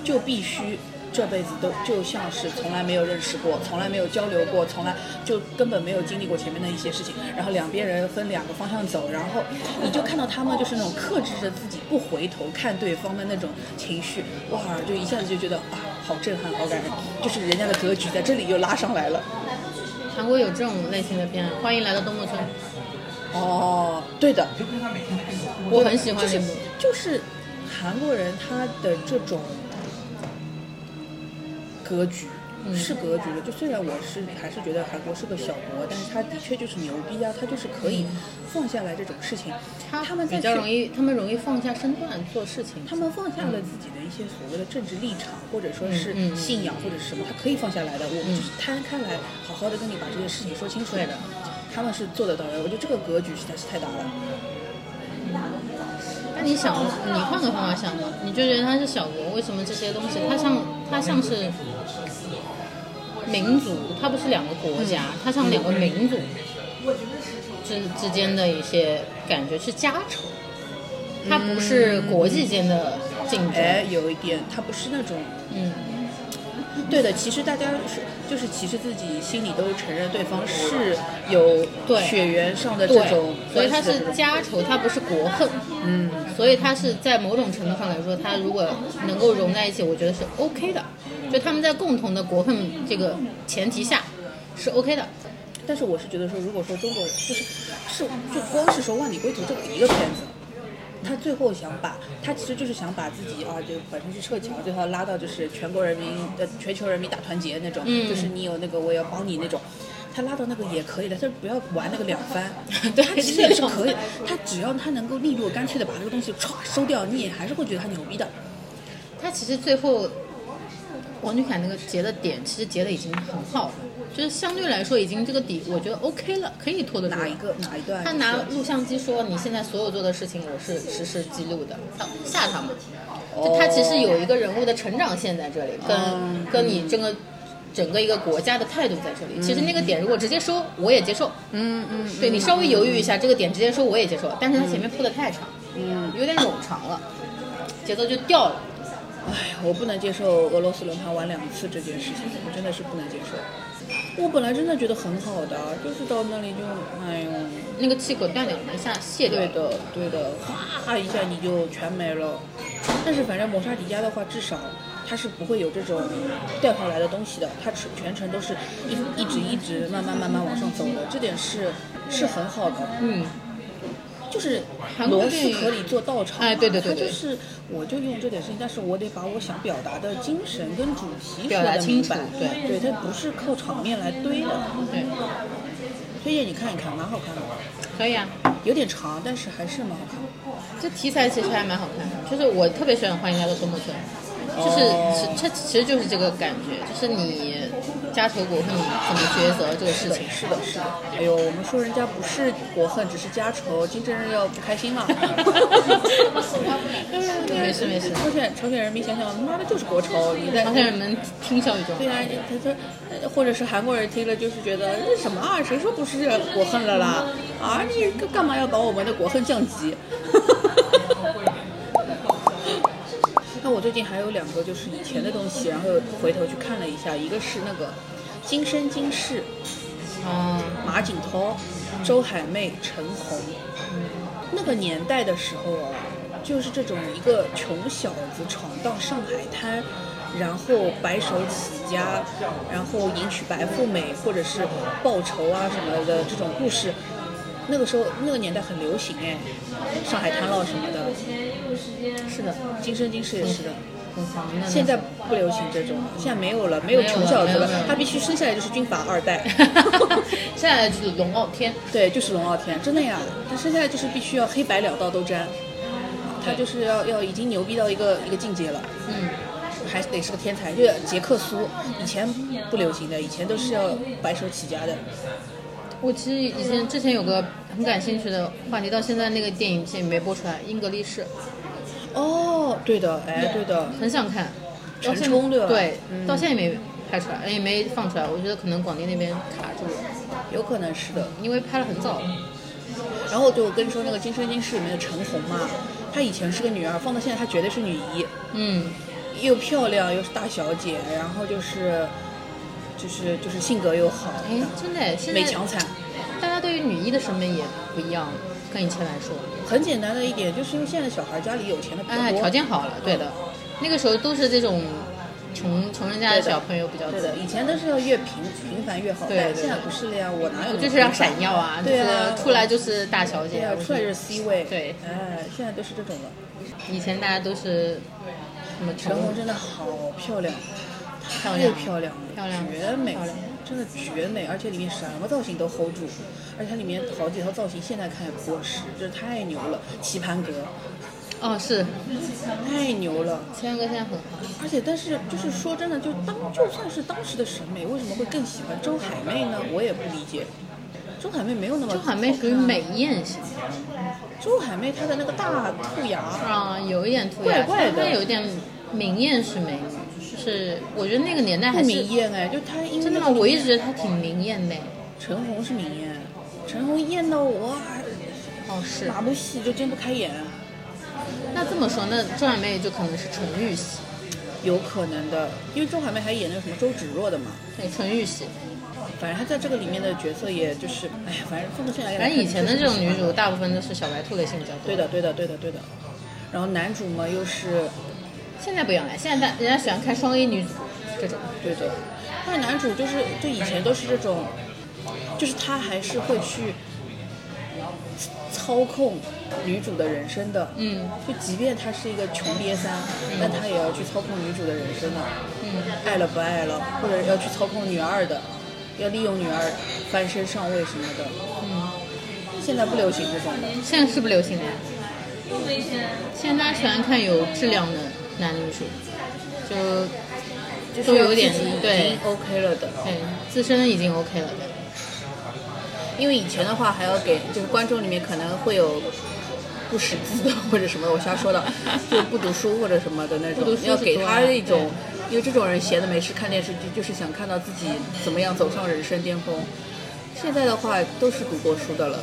就必须这辈子都就像是从来没有认识过，从来没有交流过，从来就根本没有经历过前面的一些事情。然后两边人分两个方向走，然后你就看到他们就是那种克制着自己不回头看对方的那种情绪，哇，就一下子就觉得啊，好震撼，好感人，就是人家的格局在这里又拉上来了。
韩国有这种类型的片，啊欢迎来到东木村。
哦，对的，
我很喜欢
就是
那部。
就是韩国人他的这种格局。
嗯
是格局的，就虽然我是还是觉得韩国是个小国，但是他的确就是牛逼啊，他就是可以放下来这种事情。他们在
比较
去
容嗯易，他们容易放下身段做事情。
他们放下了自己的一些所谓的政治立场，或者说是
嗯嗯嗯
信仰或者是什么，他可以放下来的。我们就是摊开来，好好的跟你把这件事情说清楚
对的。
他们是做得到的，我觉得这个格局实在是太大了。
那你想，你换个方法想吧，你就觉得它是小国，为什么这些东西它像它像是民族，它不是两个国家，
嗯
它像两个民族之之间的一些感觉是家仇，它不是国际间的竞争。
嗯哎，有一点，他不是那种
嗯，
对的，其实大家是就是其实自己心里都承认对方是有
对
血缘上的这
对
种，
所以它
关系的这
是
种
家仇，它不是国恨。
嗯，
所以它是在某种程度上来说，它如果能够融在一起，我觉得是 OK 的。就他们在共同的国恨这个前提下是 OK 的。
但是我是觉得说，如果说中国人就是是就光是说《万里归途》这个一个片子，他最后想把他其实就是想把自己啊，就本身是撤侨，最后拉到就是全国人民呃全球人民大团结那种，
嗯。
就是你有那个我也要帮你那种。他拉到那个也可以的，但是不要玩那个两番
[laughs] 对
他其实也是可以，他只要他能够利落干脆的把这个东西歘收掉，你也还是会觉得他牛逼的。
他其实最后王俊凯那个结的点，其实结的已经很好了，就是相对来说已经这个底，我觉得 OK 了，可以拖得住了
哪一个哪一段？
他拿录像机说：“你现在所有做的事情，我是实时记录的。”吓他们，就他其实有一个人物的成长线在这里，跟、
嗯
跟你这个整个一个国家的态度在这里。其实那个点如果直接说，我也接受。
嗯嗯
对你稍微犹豫一下，这个点直接说我也接受，但是他前面铺的太长，
嗯，
有点冗长了，节奏就掉了。
哎，我不能接受俄罗斯轮盘玩两次这件事情，我真的是不能接受。我本来真的觉得很好的，就是到那里就，哎呦，
那个气滚蛋了一下卸掉
对
了。
的对的，哗一下你就全没了。但是反正摩沙迪迦的话，至少它是不会有这种掉下来的东西的，它全全程都是一一直一直慢慢慢慢往上走的，这点是是很好的。
嗯，
就是
韩国
罗
电
斯
影
可里做道场嘛，
哎对对对对
他就是我就用这点事情，但是我得把我想表达的精神跟主题
表
说
达
的
清
明
楚
白，
对
对，它不是靠场面来堆的，
对，
推荐你看一看，蛮好看的，
可以啊。
有点长，但是还是蛮好看的。
这题材其实还蛮好看的，就是我特别喜欢《欢迎来到东木村》，就是
哦
其它其实就是这个感觉，就是你家仇国恨怎么抉择这个事
是 [laughs]
情
的，。是的，是的。哎呦，我们说人家不是国恨，只是家仇，金正日要不开心了。 [laughs]
没事没事
朝鲜朝鲜人民想想，妈的就是国仇，你在
朝鲜人们听小宇宙，
对啊，他说，呃或者是韩国人听了就是觉得那什么啊，谁说不是国恨了啦？啊，你干干嘛要把我们的国恨降级？ [laughs] 那我最近还有两个就是以前的东西，然后回头去看了一下，一个是那个《今生今世》，
哦，
马景涛、周海媚、陈红，那个年代的时候啊，就是这种一个穷小子闯荡上海滩，然后白手起家，然后迎娶白富美或者是报仇啊什么的这种故事。那个时候，那个年代很流行哎，上海滩咯什么的，
是的，
今生今世也是的。
很黄的那种。
现在不流行这种了，现在没有了，没有
没有
穷
了
小
没
子
有
了
没有，
他必须生下来就是军阀二 [laughs] 代。
[laughs] 现在就是龙傲天，
对，就是龙傲天，真的呀，他生下来就是必须要黑白两道都沾，他就是要要已经牛逼到一个一个境界了，
嗯，
还得是个天才，就是杰克苏，以前不流行的，以前都是要白手起家的，
我其实以前之前有个很感兴趣的话题，到现在那个电影现在没播出来，《英格力士》
哦，对的，哎，对的，
很想看，到
陈
现在
冲对吧
对，
嗯
到现在也没拍出来，也没放出来。我觉得可能广电那边卡住了，
有可能是的。
因为拍了很早了。
然后就我跟你说那个《今生今世》里面的陈红嘛，她以前是个女二，放到现在她绝对是女一，
嗯，
又漂亮又是大小姐，然后就是就是就是性格又好，
哎，真的，现在
美强惨。
大家对于女一的审美也不一样，跟以前来说，
很简单的一点，就是因为现在小孩家里有钱的比较多，
哎，条件好了，对的，那个时候都是这种穷穷人家的
嗯对的
小朋友比较
对
多，
的，以前都是要越平平凡越好，
对
但
对
现在不是了呀，我哪有那么
就是要
平凡
闪耀啊，就
对啊
是出来就是大小姐
对啊，，
我
出来就是 C 位，
对
哎，现在都是这种了。
以前大家都是什么
陈
穷
红真的好漂亮，
漂
太
亮
漂亮了，
漂亮
绝美
漂亮，
真的绝美，而且里面什么造型都 hold 住，而且它里面好几套造型现在看也不过时，真的太牛了，棋盘格
哦，是
太牛了。
千哥现在很好，
而且，但是就是说真的，就当就算是当时的审美，为什么会更喜欢周海媚呢？我也不理解。周海媚没有那么
周海媚属于美艳型
周海媚她的那个大兔牙，
啊，有一点突然，
怪怪的
她有一点明艳式美女，就是我觉得那个年代
不
还
明
是
艳哎，就她因为
真的吗？
那种
我一直觉得她挺明艳的，
陈红是明艳，陈红艳到我
哦是。
哪部戏就睁不开眼，
那这么说，那周海媚就可能是纯欲系，
有可能的，因为周海媚还演那个什么周芷若的嘛，
对纯欲系。
反正她在这个里面的角色也就是，哎呀，反正放到现在，
反正以前的这种女主，，大部分都是小白兔类型比较多。
对的，对的，对的，对的。然后男主嘛又是
现在不一样了，现在大人家喜欢看双 A 女主这种。
对的，但是男主就是就以前都是这种，就是他还是会去操控女主的人生的，
嗯
就即便他是一个穷瘪三，但他也要去操控女主的人生的，
嗯，
爱了不爱了，或者要去操控女二的，要利用女二翻身上位什么的，
嗯，
现在不流行这种的，
现在是不流行了呀。现在大家喜欢看有质量的男女主，就
就是
都
要
有点
自己已
对
经 OK 了的，
对自身已经 OK 了。
因为以前的话还要给，就是观众里面可能会有不识字的或者什么，我瞎说的，
[laughs]
就不读书或者什么的那
不读
种
书，是
要给他
多啊
一种，因为这种人闲的没事看电视剧，就是想看到自己怎么样走上人生巅峰。现在的话都是读过书的了。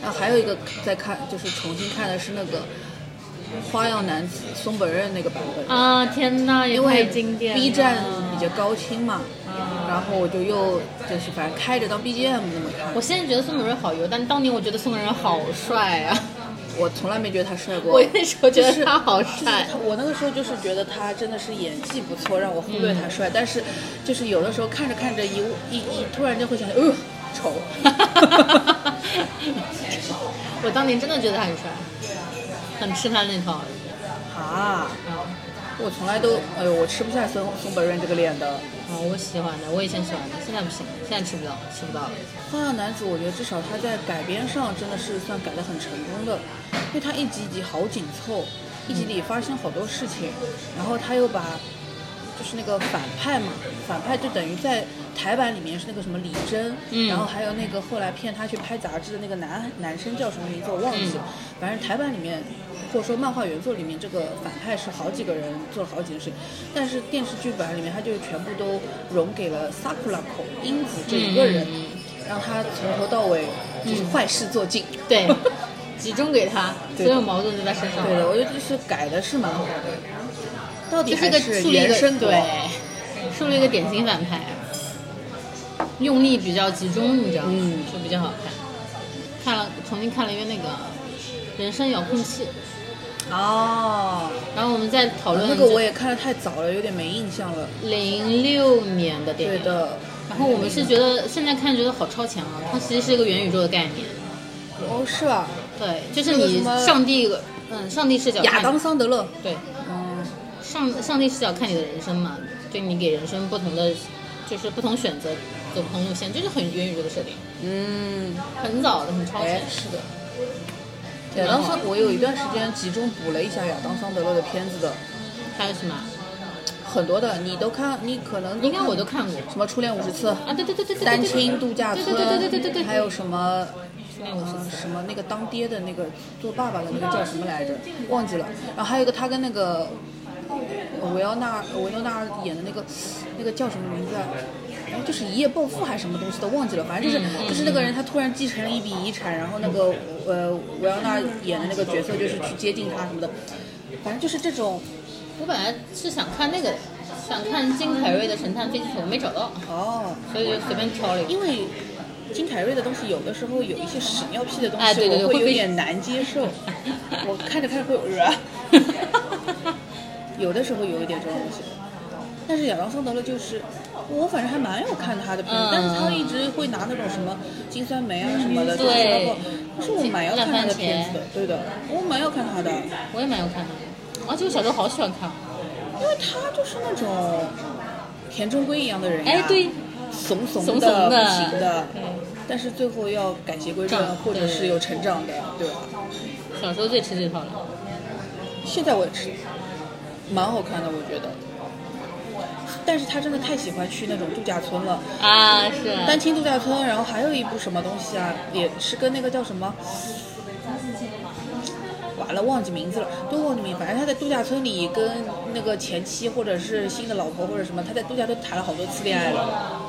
然后还有一个在看，就是重新看的是那个《花样男子》松本润那个版本，
啊天哪，也
因为
太经典了
B 站比较高清嘛，
啊
然后我就又就是反正开着当 BGM 那么看
我。现在觉得宋祖儿好油，但当年我觉得宋祖儿好帅
[laughs]
啊！
我从来没觉得他帅过。
我那时候觉
就是
得他好
就是
帅 [laughs]
他，我那个时候就是觉得他真的是演技不错，让我忽略他
嗯
帅。但是，就是有的时候看着看着一一一突然间会想，呃，
[laughs]
丑。 [laughs]
我当年真的觉得他很帅，很吃他那套。啊
啊！我从来都，哎呦，我吃不下松松本润这个脸的。
啊，我喜欢的，我以前喜欢的，现在不行，现在吃不到，吃不到了。
花样男主，我觉得至少他在改编上真的是算改得很成功的，因为他一集一集好紧凑，一集里发生好多事情，然后他又把就是那个反派嘛，反派就等于在台版里面是那个什么李真，
嗯
然后还有那个后来骗他去拍杂志的那个男男生叫什么名字我忘记了，反正台版里面。或者说漫画原作里面这个反派是好几个人做了好几件事情，但是电视剧版里面他就全部都融给了 Sakura 口英子这一个人，嗯让他从头到尾就是坏事做尽。
对， [laughs] 集中给他，所
对的
有矛盾都在他身上。
对的，我觉得就是改的是蛮好的，到底
这
还
个
是
树立一
原
个
生国
对，树立一个典型反派，用力比较集中，你知道吗？
嗯
就比较好看。看了重新看了一遍那个《人生遥控器》，
哦，
然后我们再讨论
啊那个我也看的太早了，有点没印象了。
零六年的电
对
影。
的，
然后我们是觉得现在看觉得好超前啊，它其实是一个元宇宙的概念。
哦是吧？
对，就是
那个
你
什么
上帝，嗯，上帝视角看
亚当桑德勒，
对
嗯，
上上帝视角看你的人生嘛，对你给人生不同的就是不同选择走不同路线，这就是很元宇宙的设定。
嗯，
很早的，很超前
哎，。是的。
挺
亚
好
当桑，我有一段时间集中补了一下亚当桑德勒的片子的，
还有什么？
很多的你都看，你可能
应该我都看过
什么初恋五十次，
啊！对对对对对，对
单亲度假村，
对对对对对对对，
还有什么
那我
呃
是
什么那个当爹的那个做爸爸的那个叫什么来着？忘记了。然后还有一个他跟那个呃维奥纳维诺纳演的那个那个叫什么名字啊？哎，就是一夜暴富还是什么东西的，忘记了。反
嗯
正就是、就是那个人，他突然继承了一笔遗产，然后那个呃维奥纳演的那个角色就是去接近他什么的，反正就是这种
我本来是想看那个，的，想看金凯瑞的《神探飞机头》，没找到，
哦。
所以就随便挑了一个。
因为金凯瑞的东西，有的时候有一些屎尿屁的东西，
哎对对对
我
会
会有
被
点难
[laughs]
接受。我看着看着会有啊，有的时候有一点这种东西。但是亚当桑德勒就是，我反正还蛮有看他的片子，
嗯
但是他一直会拿那种什么金酸梅啊什么的，就是
对
包括，但是我蛮要看他的片子的，对的，我蛮要看他的，
我也蛮有看的，而且我小时候好喜欢看。啊
因为他就是那种田中圭一样的人呀，
哎，对，
怂怂
怂怂
的
的
不行的
对，
但是最后要改邪归正
长，
或者是有成长的，对吧？
小时候最吃这套了。
现在我也是，蛮好看的，我觉得。但是他真的太喜欢去那种度假村了，
啊，是啊。
单亲度假村，然后还有一部什么东西啊，也是跟那个叫什么，完了忘记名字了，都忘记名，反正他在度假村里跟那个前妻或者是新的老婆或者什么，他在度假村谈了好多次恋爱了。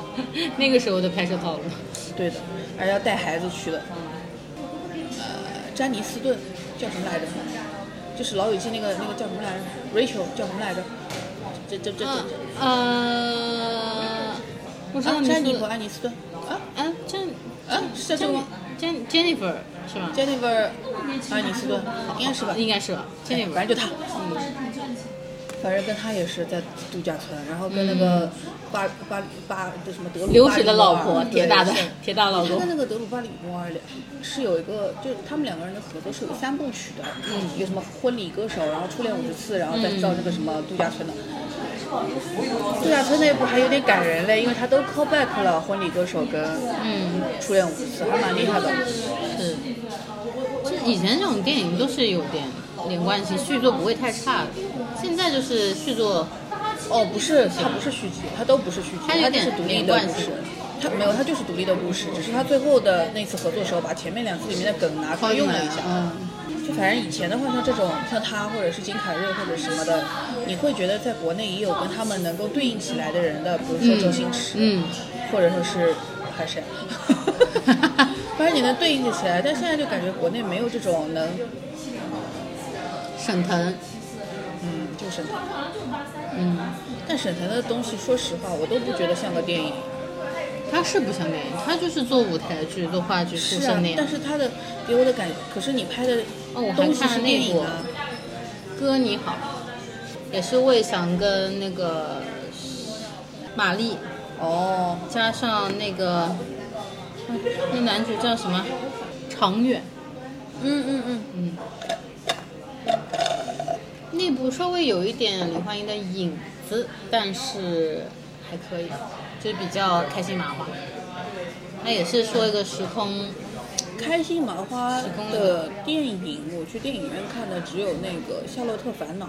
那个时候的拍摄套路。
对的，而要带孩子去的。呃，詹妮斯顿叫什么来着？就是《老友记》那个那个叫什么来着？Rachel 叫什么来着？这这啊这这
嗯呃，我知道
啊，
你
詹妮
说
弗·
的。
安妮斯顿啊
啊，詹
啊，是叫这个吗
詹 Jennifer 是吧？
？Jennifer 安妮斯顿应该是吧？
应该是吧，Jennifer。
反正就他，
嗯
反正跟他也是在度假村，然后跟那个巴巴巴这什么德鲁
流
巴
血
里
嗯的
诺
老
尔
婆，
对
铁打的
是
铁打老
他
公
跟。那个德鲁巴里摩尔两是有一个，就是他们两个人的合作是有三部曲的，嗯，一个什么婚礼歌手，然后初恋五十次，然后再到那个什么度假村的。
嗯
度假村那部还有点感人嘞，因为他都 call back 了婚礼歌手跟
嗯，
初恋五十次，还蛮厉害的。
是。就以前这种电影都是有点连贯性，续作不会太差的。现在就是续作，
哦，不是，它不是续集，它都不是续集，
它有
它就
点
是独立
连
的
贯
故
性
事。它没有，它就是独立的故事，只是它最后的那次合作时候，把前面两次里面的梗拿出来用了一下。
嗯
就反正以前的话，像这种像他或者是金凯瑞或者什么的，你会觉得在国内也有跟他们能够对应起来的人的，比如说周星驰，
嗯，
或者说是
[laughs]
还是谁，反正你能对应得起来。但现在就感觉国内没有这种能，
沈腾，
嗯，就沈腾。
嗯，
但沈腾的东西，说实话，我都不觉得像个电影。
他是不像电影，他就是做舞台剧、做话剧出
是啊
身的，呀
但。是他的给我的感觉，可是你拍的
哦我还
东西
看了
是
那
电影
部
啊，
哥你好，也是魏翔跟那个马丽，
哦，
加上那个、哎那男主叫什么？长远。
嗯嗯嗯，
那部稍微有一点林徽因的影子，但是还可以，就是比较开心麻花。那也是说一个时空，
嗯开心麻花
时空
的电影，我去电影院看的只有那个《夏洛特烦恼》，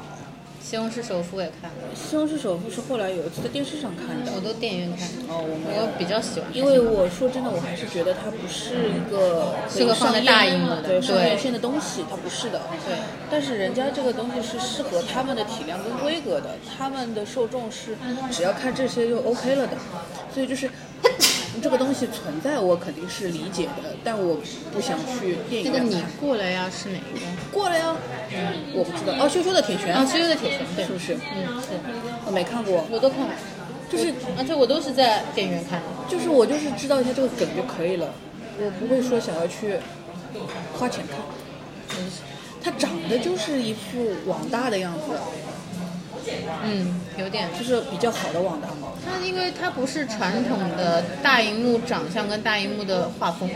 西红柿首富》也看了，
《西红柿首富》是后来有一次在电视上看的
我。都电影院看。
哦，我没有。
我比较喜欢，
因为我说真的，我还是觉得它不是一个可以
是个放在
上
大
院
荧幕的
对上
对
院线的东西，它不是的。对，但是人家这个东西是适合他们的体量跟规格的，他们的受众是只要看这些就 OK 了的，所以就是。 [laughs] 这个东西存在，我肯定是理解的，但我不想去
那
电影
个
院看。
你过来呀是哪个？
过了呀？我不知道。哦，羞羞的铁拳
啊，《羞羞的铁拳》对
是，不是？
嗯是，
我没看过，
我都看完，
就是
而且我都是在电影院看的。
就是我就是知道一下这个梗就可以了，我不会说想要去花钱看。嗯他长得就是一副网大的样子，
嗯，有点。
就是比较好的网大嘛。
它因为它不是传统的大荧幕长相跟大荧幕的画风，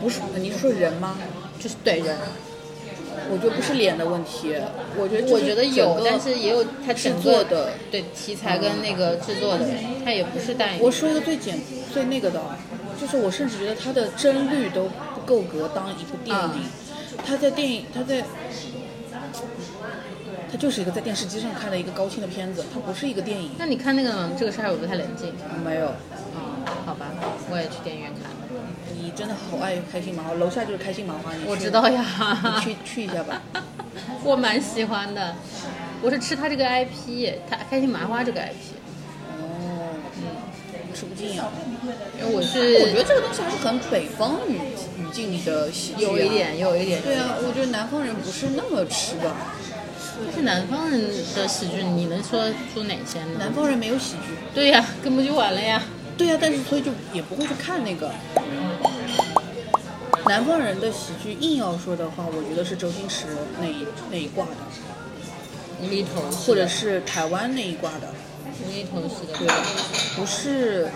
不是，你是说人吗？
就是对人，
我觉得不是脸的问题，我觉得
我觉得有，但
但是
是也有它
制
整个
作的。
对题材跟那个制作的，它也不是大荧幕。
我说一个最简最那个的啊，就是我甚至觉得它的帧率都不够格当一部电影
嗯。
它在电影，它在，它就是一个在电视机上看的一个高清的片子，它不是一个电影。
那你看那个呢？这个事儿我不太冷静。
没有，
嗯，好吧，我也去电影院看。 [laughs]
你真的好爱开心麻花，楼下就是开心麻花，你去
我知道呀
你，去去一下吧。
我蛮喜欢的。我是吃它这个 IP，它开心麻花这个 IP，
哦，嗯，吃不进呀、
因哎为我
我觉
是
得这个东西还是很北方语语境里的喜剧、啊，
有一。点，有一点。
对啊，我觉得南方人不是那么吃吧，
但是南方人的喜剧，你能说出哪些呢？
南方人没有喜剧。
对呀、根本就完了呀。
对呀、但是所以就也不会去看那个。南方人的喜剧硬要说的话，我觉得是周星驰那一那一挂的，
厘头是的，
或者是台湾那一挂的，
厘头是的，
对的，不是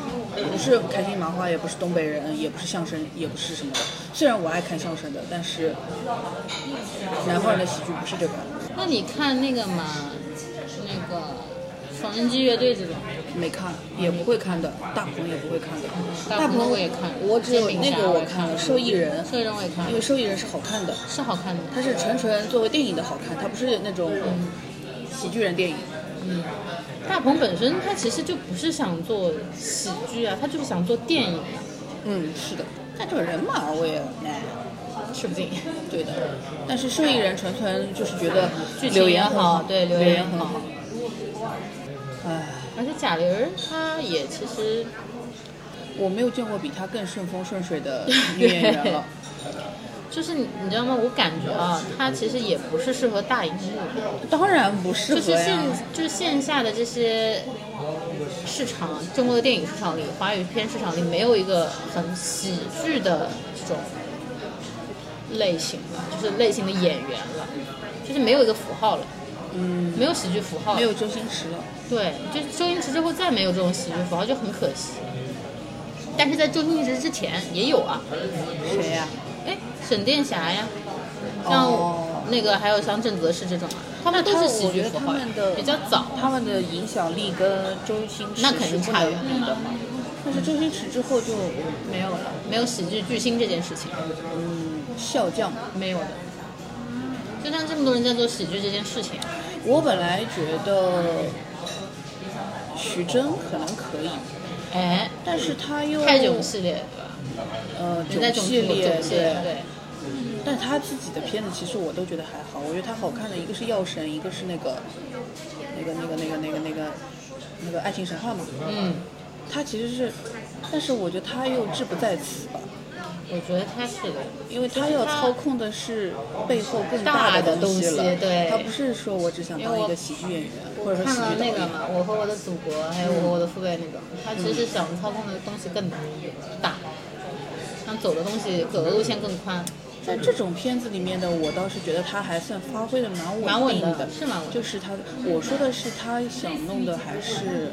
不是开心麻花，也不是东北人，也不是相声，也不是什么的。虽然我爱看相声的，但是南方人的喜剧不是这个，
那你看那个嘛，那个缝纫机乐队这种，
没看，也不会看的，大鹏也不会看的，
大鹏
鹏
我也看
我只有
煎饼
那
侠
个
我
我
也
看
看
了，受益人，
这种我也看
因，为受益人是好看的。
是好看的。
它是纯纯作为电影的好看，它不是那种
嗯
喜剧人电影。
大鹏本身他其实就不是想做喜剧啊，他就是想做电影，
嗯，是的。但这个人嘛，我也哎，
吃不进。
对的。但是受益人纯纯就是觉得
剧情
柳
也
岩很
好，对
柳
留言
很
好，
好。哎，
而且贾玲儿她也其实
我没有见过比她更顺风顺水
[laughs]
的女演员了。
就是你你知道吗？我感觉啊，她其实也不是适合大荧幕的，
当然不适
就
合
是
呀
线。就是线下的这些市场，中国的电影市场里，华语片市场里没有一个很喜剧的这种类型了，就是类型的演员了，就是没有一个符号了，
嗯，
没有喜剧符号了
没。有周星驰了。
对，就是周星驰之后再没有这种喜剧符号就很可惜。但是在周星驰之前也有啊，
谁呀、
哎，沈殿霞呀，像
哦
那个还有像郑则仕这种啊，他们都
他
是
们
喜剧符号
我觉得他
呀
们的，
比较早。
他们的影响力跟周星驰
那肯定
是不
差
能
远
比的嘛。但是周星驰之后就没有了。
没有喜剧巨星这件事情，
笑匠。
没有的。就像这么多人在做喜剧这件事情，啊
我本来觉得徐峥可能可以，
哎，
但是他又
泰囧系列对吧？
呃
人在囧
系列
囧系列对，
但他自己的片子其实我都觉得还好，我觉得他好看的一个是《药神》，一个是那个那个那个那个那个那个那个《爱情神话》嘛，
嗯，
他其实是，但是我觉得他又志不在此吧，
我觉得他是的，
因为他要操控的是背后更
大的
的东西
东西
了，
对
他不是说我只想当一个喜剧演员或者说
看
喜
了
剧导
那
演
个。嘛，《我和我的祖国》，还有《我和我的父辈》那种，他其实想操控的东西更大，想走的东西走的路线更宽。
在这种片子里面的，我倒是觉得他还算发挥的蛮稳定
蛮稳的
的
是蛮稳的
就是他，我说的是他想弄的还是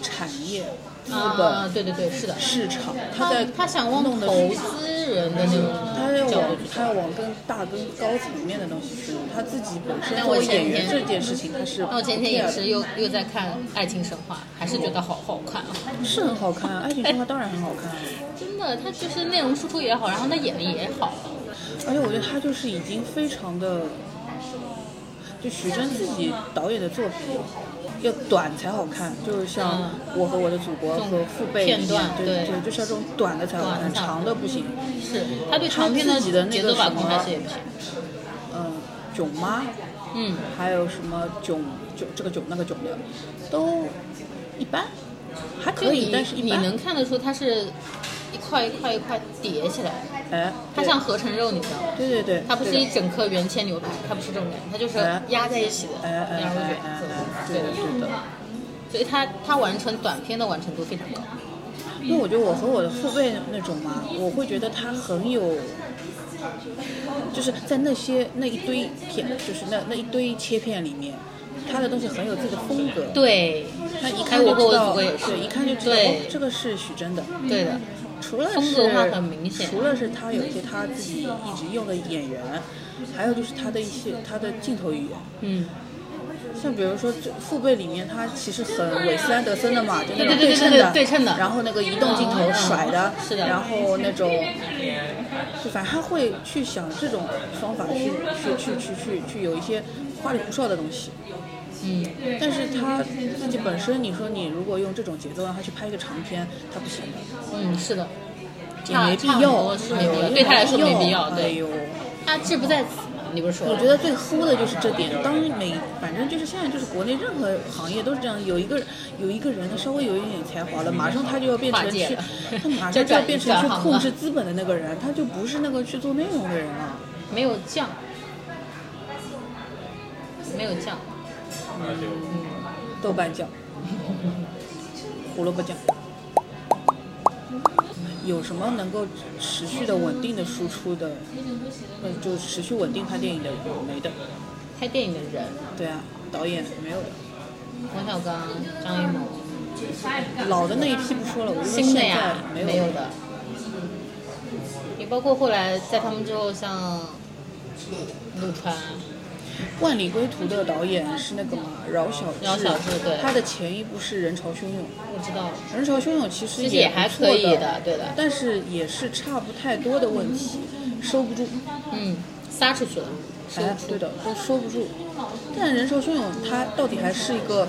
产业、资
啊
本、，
对对对，是的。
市场，他
他
在
他想往
弄的嗯
投
是。
资人的那
他要
种角度
往
去
他要往更大、更高层面的东西去弄。他自己本身
那
作
我
为
前
演员
天
这件事情，他是
那我前天
care
也
的
是又又在看《爱情神话》，还是觉得好好看啊！
是很好看，《爱情神话》当然很好看啊。
真的，他就是内容输出也好，然后他演的也好，
而且我觉得他就是已经非常的，就徐峥自己导演的作品要短才好看，就是像《
嗯
我和我的祖国》
这种
和《父辈》
片
一样
段，
对
对
对，就是要这种短的才好看，
短的
长的不行。
是他对长篇
他自己的那
节
个
奏把
什
控
么
还是也不行。
嗯，囧妈，
嗯，
还有什么囧囧这个囧那个囧的，都一般，还
就
可以，
你
但是一
你
般。
能看得出它是一块一块一块叠起来，
哎，
它
对
像合成肉，你知道吗？
对对对，
它不是
对的
一整颗圆切牛排，它不是这种感觉，它就是
哎
压在一起的，
哎哎哎
然后
哎
卷
哎
做的，
哎，
对
对
的
的，对的。
所以它它完成短片的完成度非常高。
因为我觉得我和我的父辈那种嘛，我会觉得他很有，就是在那些那一堆片，就是那那一堆切片里面，他的东西很有自己的风格。，
对，
那一
哎
看
我
就
和我
知
的
道，
祖国也是，
对，一看就知道，
对
哦，这个是许真的。
对的，
除了
风
是
格化很明显
除了是他有一些他自己一直用的演员，还有就是他的一些他的镜头语言，
嗯，
像比如说这父辈里面，他其实很韦斯安德森的嘛，就那
对
种
对对
称
对
的，
对称的
然后那个移动镜头甩的，
嗯是的
然后那种，就反正他会去想这种方法去去去去去去有一些花里胡哨的东西。
嗯，
但是他自己本身，你说你如果用这种节奏让他去拍一个长片，他不行的，
嗯，是的，
也没必
差不
要，
多是没必要
哎呦
对他来说没必要对
哎呦，
他志不在此，你不是说
我觉得最齁的就是这点。当每反正就是现在就是国内任何行业都是这样，有一个有一个人他稍微有一点才华了，马上他就要变
跨
成
界
去
了，
他
[laughs]
马
就
上就要
转
变成去
转行
控
了
制资本的那个人，他就不是那个去做内容的人了。
没有降，没有降，
豆瓣酱、胡萝卜酱，有什么能够持续的稳定的输出的，呃，就持续稳定拍电影的没的，
拍电影的人，
对啊，导演没有的。
冯小刚、张艺谋，
老的那一批不说了，我就说
新
现
的
在
呀
没有
没有的，也包括后来在他们之后，像陆川，
《万里归途》的导演是那个嘛，饶小志。
饶晓志对
他的前一部是《人潮汹涌》，
我知道，
《人潮汹涌》其实
其实也
也
还
不错
可以的
的，
对的
但是也是差不太多的问题，收不住。
嗯，撒出去了，收
哎，
出
对，的，都收不住。但《人潮汹涌》它到底还是一个，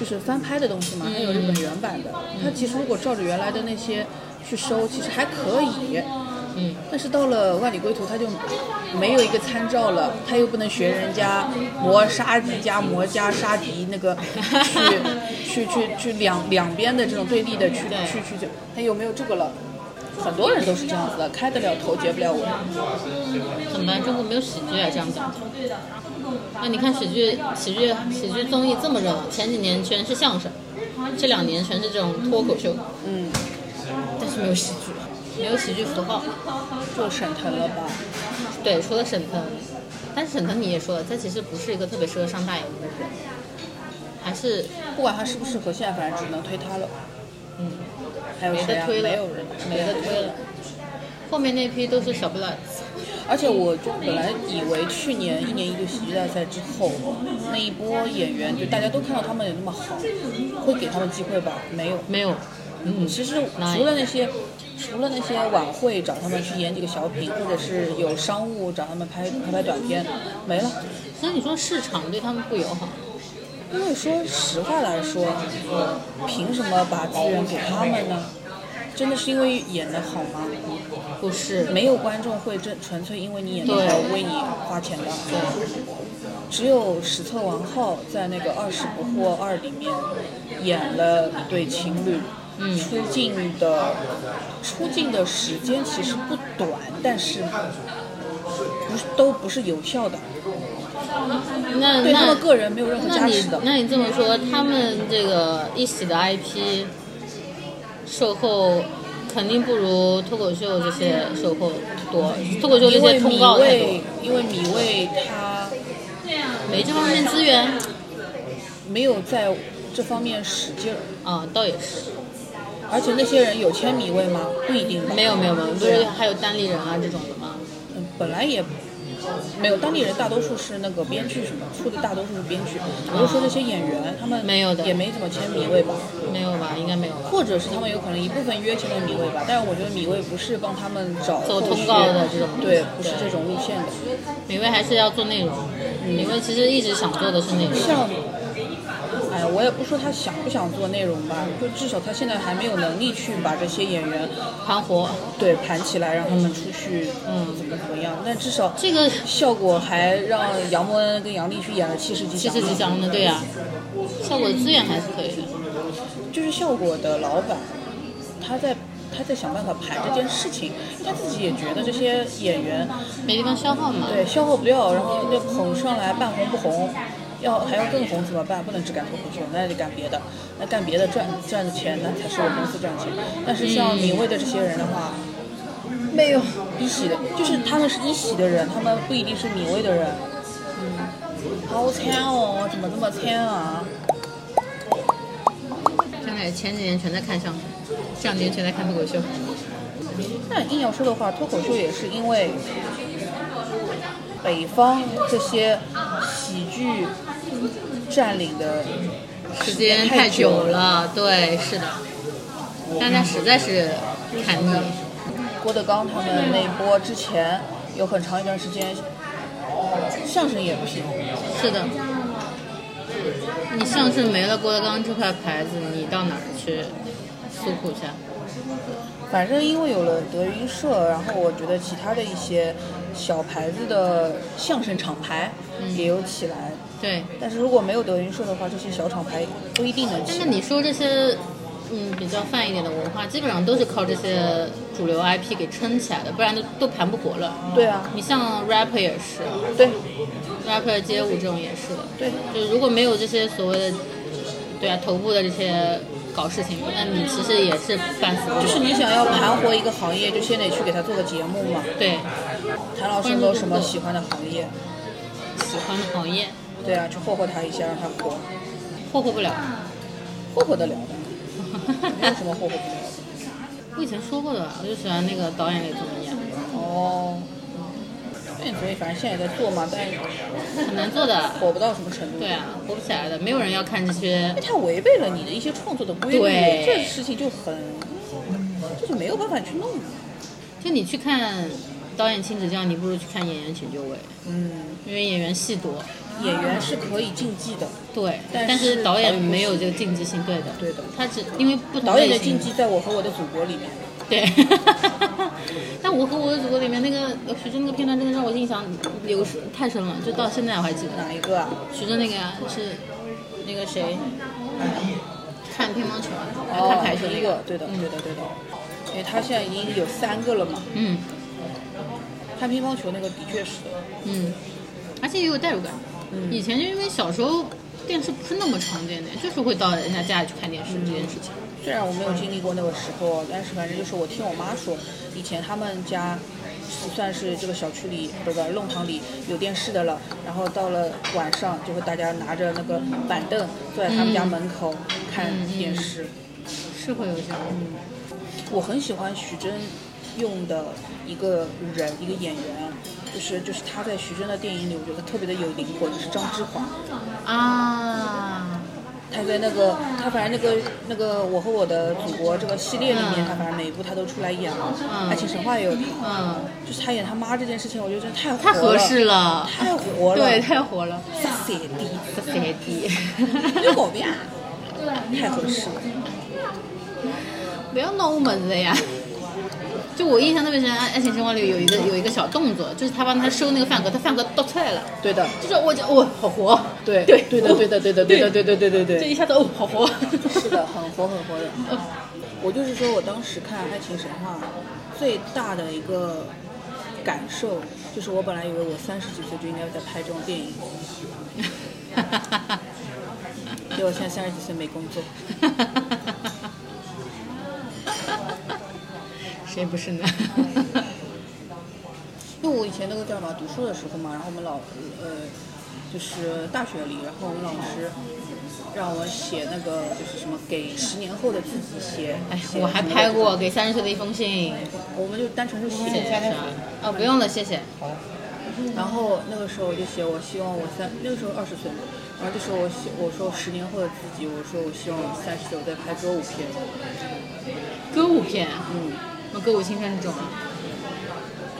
就是翻拍的东西嘛，它有日本原版的。
嗯
它其实如果照着原来的那些去收，其实还可以。
嗯，
但是到了《万里归途》，它就没有一个参照了，它又不能学人家磨杀敌加磨加杀敌那个
[laughs]
去去去去两两边的这种对立的去
对
去去去，它又没有这个了。很多人都是这样子的，开得了头，结不了尾。
很难，中国没有喜剧啊，这样讲。那你看喜剧、喜剧、喜剧综艺这么热闹，前几年全是相声，这两年全是这种脱口秀，
嗯，
但是没有喜
啊
剧，没有喜剧符号。
就沈腾了吧。
对，除了沈腾，但是沈腾你也说了，他其实不是一个特别适合上大荧幕的人，还是
不管他适不适合，现在反正只能推他了。
嗯，
还有
没
谁
得
啊？
推了，
没有人，
没得推了。后面那批都是小不拉几，
而且我就本来以为去年一年一度喜剧大赛之后，那一波演员就大家都看到他们有那么好，会给他们机会吧？没有。
没有，嗯，
其实
哪
除了那些，除了那些晚会找他们去演几个小品，或者是有商务找他们拍拍拍短片，没了。
所以你说市场对他们不友好，
因为说实话来说，凭什么把资源给他们呢？真的是因为演的好吗？
不是，
没有观众会真纯粹因为你演的好
对
为你花钱的，只有史册王浩在那个《二十不惑二》里面演了一对情侣，
嗯
出镜的出镜的时间其实不短，但是不是都不是有效的，
那
对他
那
们个人没有任何
那
加
你
持的。
那你这么说，他们这个一喜的 IP 售后肯定不如脱口秀这些售后多，脱口秀这
因为
些
米
通告太多
未，，因为米未他
没这方面资源
没有在这方面使劲儿，
啊，倒也是，
而且那些人有签米未吗？不一定吧。
没有没有没有，不
对啊
是还有单立人啊这种的吗？
嗯，本来也没有当地人，大多数是那个编剧什么出的，大多数是编剧。我就说那些演员，他们
没有的
也没怎么签米位吧，
没有吧，应该没有吧。
或者是他们有可能一部分约签了米位吧，但是我觉得米位不是帮他们找
走
后
通
续
告的这种
对，不是
对
这种路线的。
每位还是要做内容，你们其实一直想做的是那个，
像，哎，我也不说他想不想做内容吧，就至少他现在还没有能力去把这些演员
盘活。
对盘起来，让他们出去，嗯，怎么怎么样？但至少
这个
效果还让杨默恩跟杨丽去演了七十几
其
响
实吉祥的，对呀、效果资源还是可以的。
就是效果的老板，他在他在想办法盘这件事情，他自己也觉得这些演员
没地方消耗嘛。
对消耗不掉，然后要捧上来半红不红，要还要更红怎么办？不能只干脱口秀，那得干别的，那干别的赚赚的钱，那才是我公司赚钱。但是像明卫的这些人的话，
没有，
一喜的，就是他们是一喜的人，他们不一定是米味的人。嗯，好惨哦，怎么这么惨啊？
真的，前几年全在看相声，这两年全在看脱口秀。
那硬要说的话，脱口秀也是因为北方这些喜剧占领的
时间太久了，对，是的，大家实在是看腻。
郭德纲他们那一波之前有很长一段时间，相声也不行。
是的，你相声没了郭德纲这块牌子，你到哪儿去诉苦去？啊
反正因为有了德云社，然后我觉得其他的一些小牌子的相声厂牌也有起来。
对，
但是如果没有德云社的话，这些小厂牌不一定能
但
起
是。你说这些，嗯，比较泛一点的文化，基本上都是靠这些主流 IP 给撑起来的，不然都都盘不活了。
对啊，
你像 rapper 也是
对
，rapper 街舞这种也是的，
对，
就如果没有这些所谓的，对啊，头部的这些搞事情，那你其实也是半死不活。
就是你想要盘活一个行业，就先得去给他做个节目嘛。
对，
谭老师有没有什么喜欢的行业？
喜欢的行业
对啊，去霍霍他一下，让他火，
霍霍不
[laughs]
了。
霍霍得了的，没有什么霍霍不了的。
我以前说过的吧，我就喜欢那个导演给怎么演，
哦，对，所以反正现在也在做嘛，但
很难做的。
火不到什么程度。
对啊，活不起来的，没有人要看这些
因为。它违背了你的一些创作的规律
对，
这事情就很，就是没有办法去弄。
就你去看导演亲子教，你不如去看演员请就位，
嗯，
因为演员戏多。
演员是可以竞技的，
对，
但是
但是导演没有这个竞技性，对的。
对的
他只因为不同
导演的
类型
竞技在我和我的祖国里面。
对。 [laughs] 但我和我的祖国里面那个呃徐峥那个片段，真的让我印象流失太深了，就到现在我还记得。
哪一个啊？
徐峥那个呀、是那个谁看乒乓球啊，
哦
看排球
第
那
一个，对的，对的，对的。因为他现在已经有三个了嘛，
嗯
看乒乓球那个的确是的。
嗯，而且也有代入感。
嗯
以前就因为小时候电视不是那么常见的，就是会到人家家里去看电
嗯
视这件事情。
虽然我没有经历过那个时候，但是反正就是我听我妈说，以前他们家算是这个小区里不是不是弄堂里有电视的了，然后到了晚上就会大家拿着那个板凳坐在他们家门口、看电视。
是会有这样的，
我很喜欢徐峥用的一个人一个演员，就是就是他在徐峥的电影里，我觉得特别的有灵魂，就是张之华。
啊，
他在那个他反正那个那个《我和我的祖国》这个系列里面，
嗯
他反正每一部他都出来演哎了，
嗯
爱情神话》也有他。
嗯，
就是他演他妈这件事情，我觉得真的太
太合适
了，
了，
太活了，
对，太火了，
傻逼，
[laughs] 谁低？
[laughs] 有毛病啊，太合适了。
不要闹我门子呀！ [laughs] 就我印象特别深，《爱爱情神话》里有一个有一个小动作，就是他帮他收那个饭盒，他饭盒倒出来了，
对的，
就是我就我好活，
对
对
对的，对的，对的，对的，对的，对的，对
这
的。
一下子哦好活，
[laughs] 是的，很活很活的。我就是说我当时看《爱情神话》，最大的一个感受就是，我本来以为我三十几岁就应该在拍这种电影，结果现在三十几岁没工作。
谁不是呢？
因为我以前那个叫什么读书的时候嘛，然后我们老呃就是大学里，然后我们老师让我写那个就是什么给十年后的自己写，
哎，
[laughs] 写
我还
什么
拍过给三十岁的一封信，
我们就单纯是
谢谢
写。
啥？哦，不用了，谢谢。
然后那个时候我就写我希望我三那个时候二十岁嘛，然后就说我写我说十年后的自己，我说我希望我三十岁我在拍歌舞片，
歌舞片，
嗯，
我歌舞青春是这种啊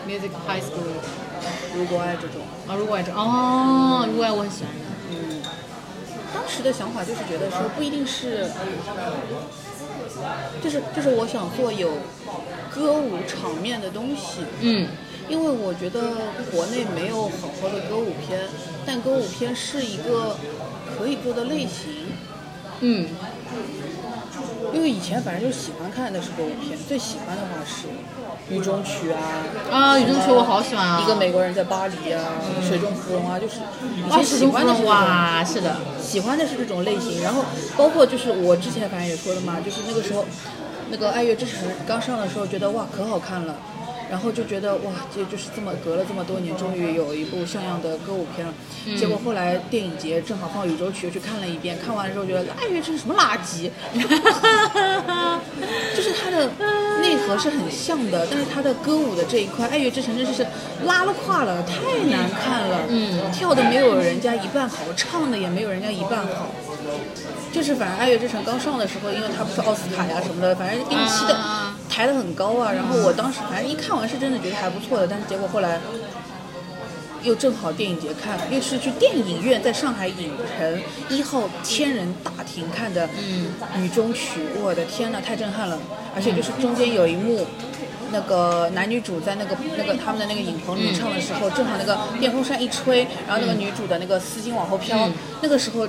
，Music High 啊 School，
如果爱这种。
啊，如果爱这哦，如果爱我很喜欢的，
嗯，当时的想法就是觉得说不一定是，呃就是就是我想做有歌舞场面的东西，
嗯
因为我觉得国内没有好好的歌舞片，但歌舞片是一个可以做的类型。
嗯
因为以前反正就是喜欢看的是歌舞片，最喜欢的话是《雨中曲》啊，
啊，雨中曲我好喜欢啊，
一个美国人在巴黎啊，水中芙蓉啊，就是以
哇，
前
始
喜
终
欢的是这种
啊哇，是的，
喜欢的是这种类型，然后包括就是我之前反正也说了嘛，就是那个时候，那个《爱乐之城》刚上的时候，觉得哇可好看了，然后就觉得哇，这就是这么隔了这么多年，终于有一部像样的歌舞片了。
嗯
结果后来电影节正好放《宇宙曲》，去看了一遍，看完了之后觉得《哎爱乐之城》什么垃圾， [laughs] 就是它的内核是很像的，但是它的歌舞的这一块，《爱乐之城》真是拉了胯了，太难看了，
嗯
跳的没有人家一半好，唱的也没有人家一半好。就是反正《哎爱乐之城》刚上的时候，因为它不是奥斯卡呀什么的，反正给你期的
啊
抬得很高啊。然后我当时反正一看完是真的觉得还不错的，但是结果后来又正好电影节看，又是去电影院在上海影城一号千人大厅看的《
嗯
雨中曲》，我的天呐，太震撼了！而且就是中间有一幕。那个男女主在那个那个他们的那个影棚里面唱的时候，正好那个电风扇一吹，然后那个女主的那个丝巾往后飘，
嗯
那个时候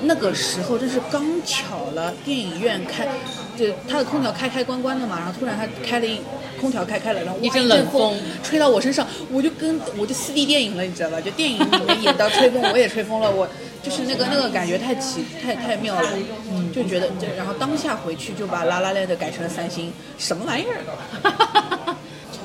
那个时候真是刚巧了，电影院开，就它的空调开开关关的嘛，然后突然它开了一空调开开了，然后哇
一阵冷
风
风
吹到我身上，我就跟我就四 D 电影了，你知道吧？就电影里面演到吹风，我也吹风了，我就是那个那个感觉太奇太太妙了，嗯，就觉得，就然后当下回去就把拉拉链的改成了三星，什么玩意儿？啊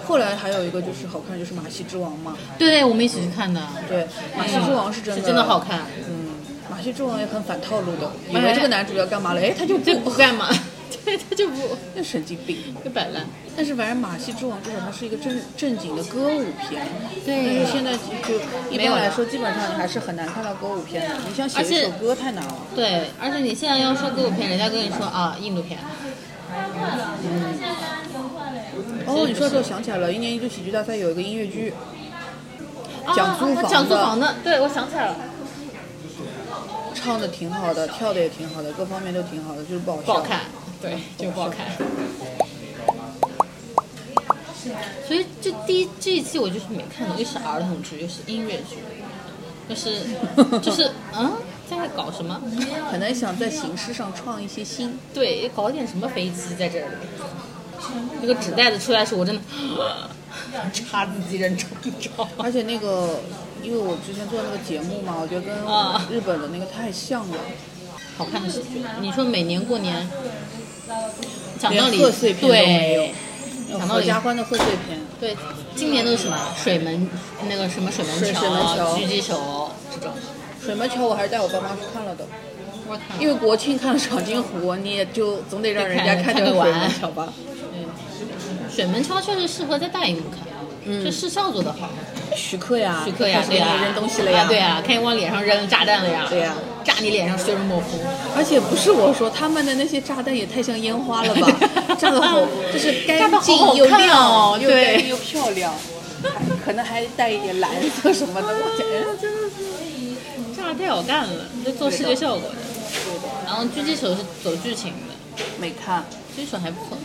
后来还有一个就是好看，就是《马戏之王》嘛，
[laughs] 对，我们一起去看的，
对，《马戏之王》是真的
是真的好看，哎
嗯，马戏之王也很反套路的，以为这个男主要干嘛了，哎，他就
这
不，
不干嘛？ [laughs] 对，他就不
那神经病。
就摆烂，
但是反正马戏之王至少它是一个正正经的歌舞片，但
对
是现在就一
没有
般
了
来说，基本上你还是很难看到歌舞片的。你想写
而且
一首歌太难了，
对，而且你现在要说歌舞片，人家跟你说啊，印度片，
哦，你说这我想起来了，一年一度喜剧大赛有一个音乐剧，讲租
啊
房
他
的
讲租房的，对我想起来了，
唱的挺好的，跳的也挺好的，各方面都挺好的，就是不好
不
笑。
好看，对，就不好看。 [laughs] 所以这第一这一期我就是没看懂，又是儿童剧，又是音乐剧，又是就是嗯，在搞什么？
可能想在形式上创一些 [laughs] 新。
对，搞点什么飞机在这里。那个纸袋子出来的时候，我真的插自己人中招。
而且那个，因为我之前做那个节目嘛，我觉得跟
啊
日本的那个太像了。
好看的喜剧，你说每年过年，讲道理，
连贺岁片都没有
对，讲道
合
理，
家欢的贺岁片，
对，今年都是什么水门那个什么水门
水水门
桥、
桥
狙击手这种，
《水门桥》我还是带我爸妈去看了的，
我看
因为国庆看了《长津湖》，你也就总得让人家
得 [laughs] 看
看个
看个
水
完
门桥吧。
水门桥确实适合在大荧幕看，嗯这视效做得好，
徐克呀，
徐克呀
啊开，始
对
给
呀，
你扔东西了呀，
啊对，呀，看你往脸上扔炸弹了呀，
对呀，
炸你脸上血肉模糊，
而且不是我说，他们的那些炸弹也太像烟花
[laughs]
了吧？炸的好，就是干净又
炸得
亮，
好好看哦
又干净
对
又漂亮，还可能还带一点蓝色什么的。我觉得真的是
炸得太好干了，就做视觉效果的。然后狙击手是走剧情的，
没看。
狙击手还不错，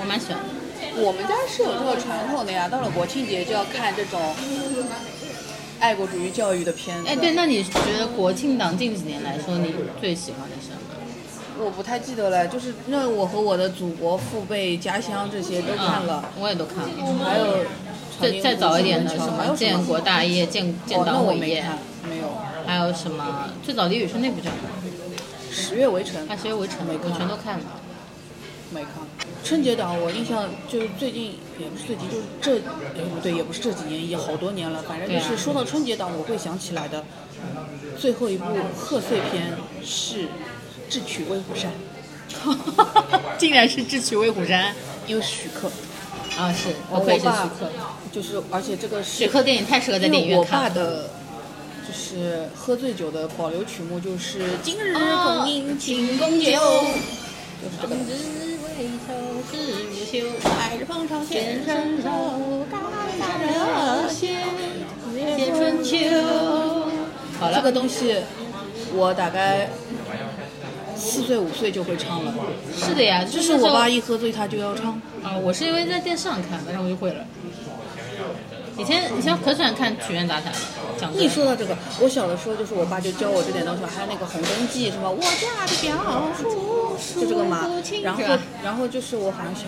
我蛮喜欢的。
我们家是有这个传统的呀，到了国庆节就要看这种爱国主义教育的片子。
哎，对，，那你觉得国庆档近几年来说，你最喜欢的是什么？
我不太记得了，就是那我和我的祖国、父辈、家乡这些都看了，
嗯，我也都看了。
还有
再再早一点的什
什
么
么
《建国大业》《建建
哦，那
党
我
伟
没
业
看，没有《
还有什么最早的雨声那部叫什么？
十月围城
《大》学围城》，
没看
我全都看了。
没看。春节档我印象就是最近也不是最近，就是这哎不对，也不是这几年，也好多年了。反正就
对啊
是说到春节档，我会想起来的最后一部贺岁片是《智取威
[laughs]
虎山》。
竟然是《智取威虎山
因为徐克，》
啊！是，
哦我
我可以是
爸
徐克。
就是，而且这个是
徐克电影太适合在
因
电影
为我
院
爸
看了。
的，就是喝醉酒的保留曲目就是《今日
哦
同饮庆
公
功酒
牛》，
就是这个。
回头是无休，
海着风潮
天
线上
上楼，高大热线，解春秋。好
这
了，
个东西，我大概四岁五岁就会唱了，
是的呀，就
就是是我爸
啊、
一喝醉他就要唱。
我是因为在电视上看的，然后我就会了。以前以前可喜欢看《曲苑杂谈》了，讲
一说到这个，我小的时候就是我爸就教我这点东西嘛，还有那个《红灯记》什么我家的表，就这个嘛。然后然后就是我好像小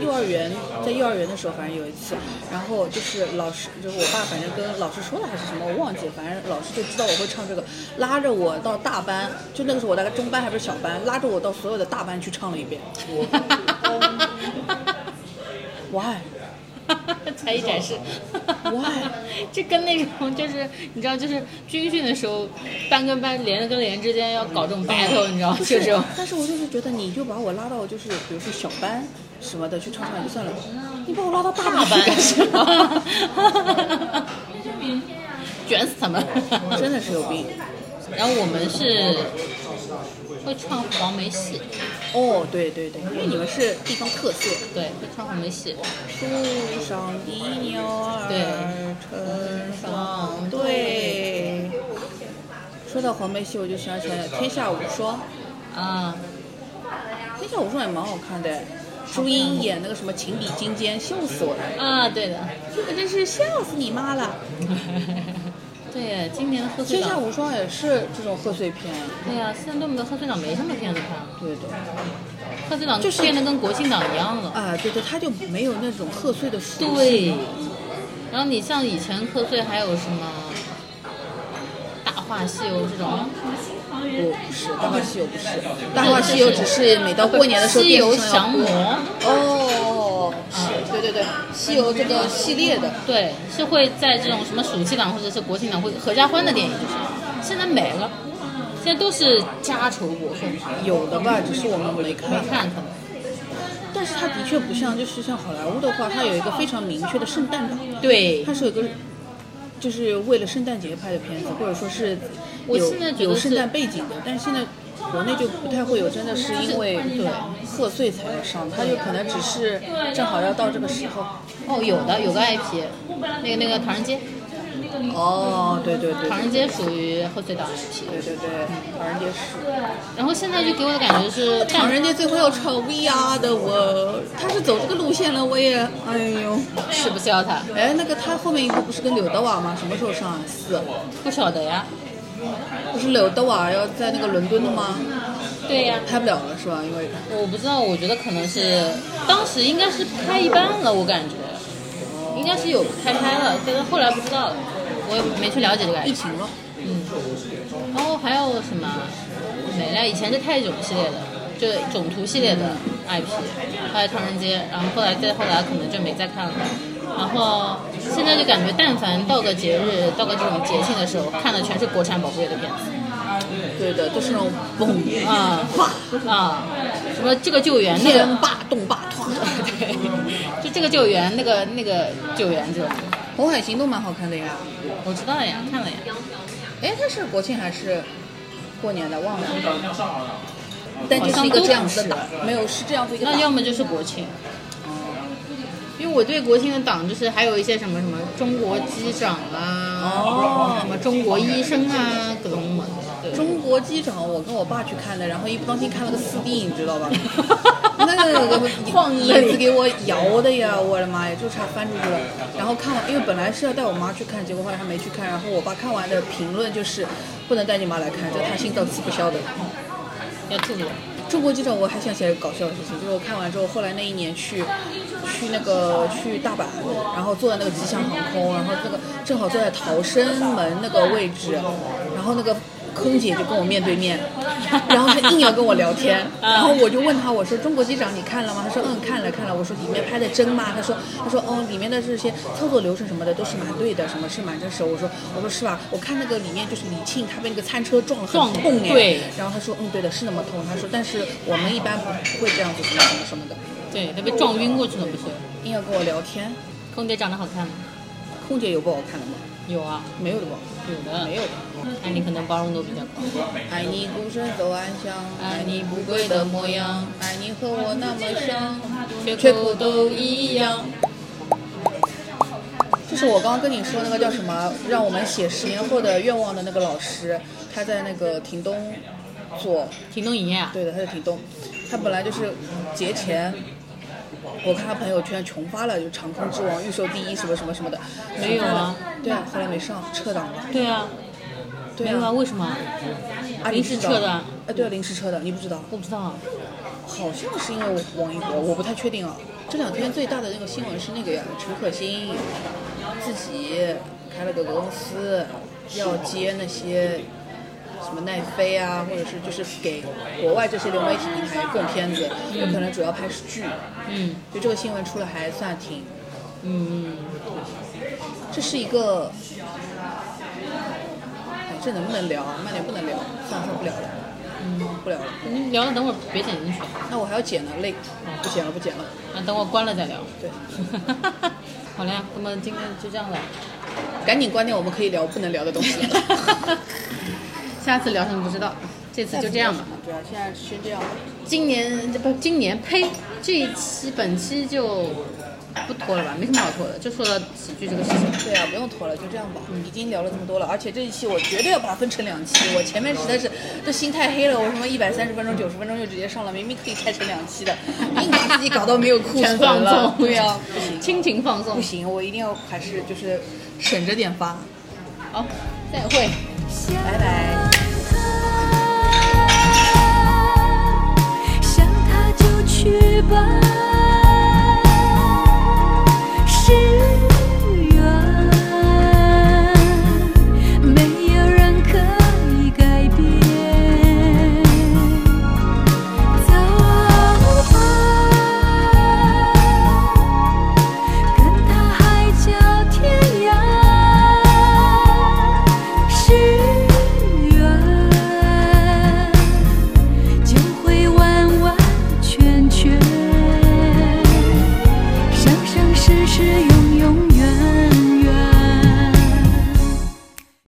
幼儿园，在幼儿园的时候，反正有一次，然后就是老师就是我爸，反正跟老师说了还是什么，我忘记，了，反正老师就知道我会唱这个，拉着我到大班，就那个时候我大概中班还不是小班，拉着我到所有的大班去唱了一遍。Why？
才艺展示。
Why？
这跟那种就是你知道，就是军训的时候，班跟班、连跟连之间要搞这种 battle，你知道吗，
不
就是这种。
但是我就是觉得，你就把我拉到就是比如说小班什么的去唱唱也就算了，你把我拉到大
大
班去
班
干什么？
[laughs] 卷死他们！
真的是有病
然后我们是呃会唱黄梅戏，
哦！对对对，因为你们是地方特色。
对，会唱黄梅戏。
树上的鸟儿
对
成双对。说到黄梅戏，我就想起来了《天下无双》，
啊，
《天下无双》也蛮好看的。朱茵演那个什么情比金坚，笑死我了！
啊，对的，
这个真是笑死你妈了！
对，今年的贺
《
岁
天下
档，
无双》也是这种贺岁片，
对呀、现在恨不得贺岁档没什么片子看，
对的。
贺岁档
就是
变得跟国庆档一样了。
啊，对对，他就没有那种贺岁的属性。
对，然后你像以前贺岁还有什么《大话西游》这种，
我不是《大话西游》，不是《大话西游》，只是每到过年的时候
西
电视
游
上要
降
播。
魔，
哦，是，对对对，西游这个系列的，
对，是会在这种什么暑期档或者是国庆档会合家欢的电影，就是现在没了，现在都是家仇国恨，
有的吧，只是我们没看。
没看可能。
但是它的确不像，就是像好莱坞的话，它有一个非常明确的圣诞档，
对
它，是有一个。就是为了圣诞节拍的片子，或者说是
我
有
现在觉得
有
是
圣诞背景的，但是现在国内就不太会有，真的是因为对贺岁才要上，它就可能只是正好要到这个时候。
哦，有的有个 IP，那个那个唐人街，
哦，对对对
唐人街属于贺岁档 IP，
对对对，唐人街是
然后现在就给我的感觉是
唐人街最后要唱 VR 的我，他是走这个路线了，我也哎呦，
吃不消它，
哎那个他后面一部不是跟柳德瓦吗？什么时候上啊？四？
不晓得呀，
不是柳德瓦要在那个伦敦的吗？
对呀、
拍不了了是吧？因为
我不知道，我觉得可能是当时应该是拍一半了，我感觉应该是有开拍了，但是后来不知道了，我也没去了解这个。
疫情了。
然后还有什么没了？以前是泰囧系列的，就囧途系列的 IP，还有唐人街，然后后来再后来可能就没再看了。然后现在就感觉，但凡到个节日，到个这种节庆的时候，看的全是国产宝贵的片子
对的，就是那种嘣
啊
啪，
啊，什么这个救援那个 [laughs]
天霸动霸团。
对，就这个救援，那个那个救援这种，
[laughs] 红海行动蛮好看的呀。
我知道呀，看了呀。
哎，它是国庆还是过年的？忘了。但就是一
好像
个
都
这样子
是
的档，没有是这样子一个档
那。要么就是国庆，因为我对国庆的档就是还有一些什么什么中国机长啊，
哦
什么中国医生啊，各种嘛。对，
中国机长，我跟我爸去看的，然后一不当心看了个四 D，你知道吧？那个
晃
椅
椅
子给我摇的呀，我的妈呀，就差翻出去了。然后看完，因为本来是要带我妈去看，结果后来她没去看。然后我爸看完的评论就是，不能带你妈来看，这她心脏吃不消的。
要吐了。
中国机长，我还想起来一个搞笑的事情，就是我看完之后，后来那一年去去那个去大阪，然后坐在那个吉祥航空，然后那个正好坐在逃生门那个位置，然后那个空姐就跟我面对面，然后她硬要跟我聊天，然后我就问她，我说中国机长你看了吗？她说嗯看了看了，我说里面拍的真吗？她说她说哦里面的这些操作流程什么的都是蛮对的，什么是蛮真实的。我说我说是吧？我看那个里面就是李沁她被那个餐车撞了很
撞
痛哎，
对
然后他说，嗯，对的，是那么痛。他说，但是我们一般不不会这样子什么什么什么的。
对，他被撞晕过去了不是？
硬要跟我聊天，
空姐长得好看吗？
空姐有不好看的吗？
有啊，
没有的吧？
有的，
没有的。
哎，你可能包容度比较高。
爱哎你孤身走暗巷，
爱啊哎你不跪的模样，
爱你和我那么像。
缺口都一样。
就是我刚刚跟你说那个叫什么，让我们写十年后的愿望的那个老师，他在那个屏东做，
停顿营业啊？
对的，他在屏东，他本来就是节前。我看他朋友圈穷发了，就长空之王预售第一什么什么什么的，
没有啊？
对啊，后来没上，撤档了。
对啊，
对
没有啊？
啊，
为什么？
啊
临时撤的
哎，呃对啊，临时撤的，你不知道？
我不知道啊。
好像是因为王一博，我不太确定啊。这两天最大的那个新闻是那个呀，陈可辛自己开了个公司，要接那些什么奈飞啊，或者是就是给国外这些流媒体平台供片子，有可能主要拍是剧。
嗯
就这个新闻出来还算挺，
嗯，
这是一个，哎，这能不能聊？慢点不能聊，算了算了不聊了，嗯，不聊了。
你聊了，等会儿别剪进去，啊，
那我还要剪呢，累，
哦
不剪了不剪了。
等我关了再聊。
对，
[laughs] 好了呀，那么今天就这样了。 [laughs]
赶紧关掉我们可以聊不能聊的东西了。
下次聊什么不知道，这 [laughs] 次就这样吧。。
对啊，现在先这样吧。
今年不，今年呸，这一期本期就不拖了吧，没什么好拖的，就说到喜剧这个事情。
对啊，不用拖了，就这样吧。
嗯
已经聊了这么多了，而且这一期我绝对要把它分成两期。我前面实在是这心太黑了，我什么一百三十分钟、九十分钟就直接上了，明明可以拆成两期的，硬 [laughs] 把自己搞到没有库
全
存
放
了
纵，。[laughs]
对啊，不行
亲情放纵
不。行，我一定要还是就是省着点发。
好，再会。
拜拜。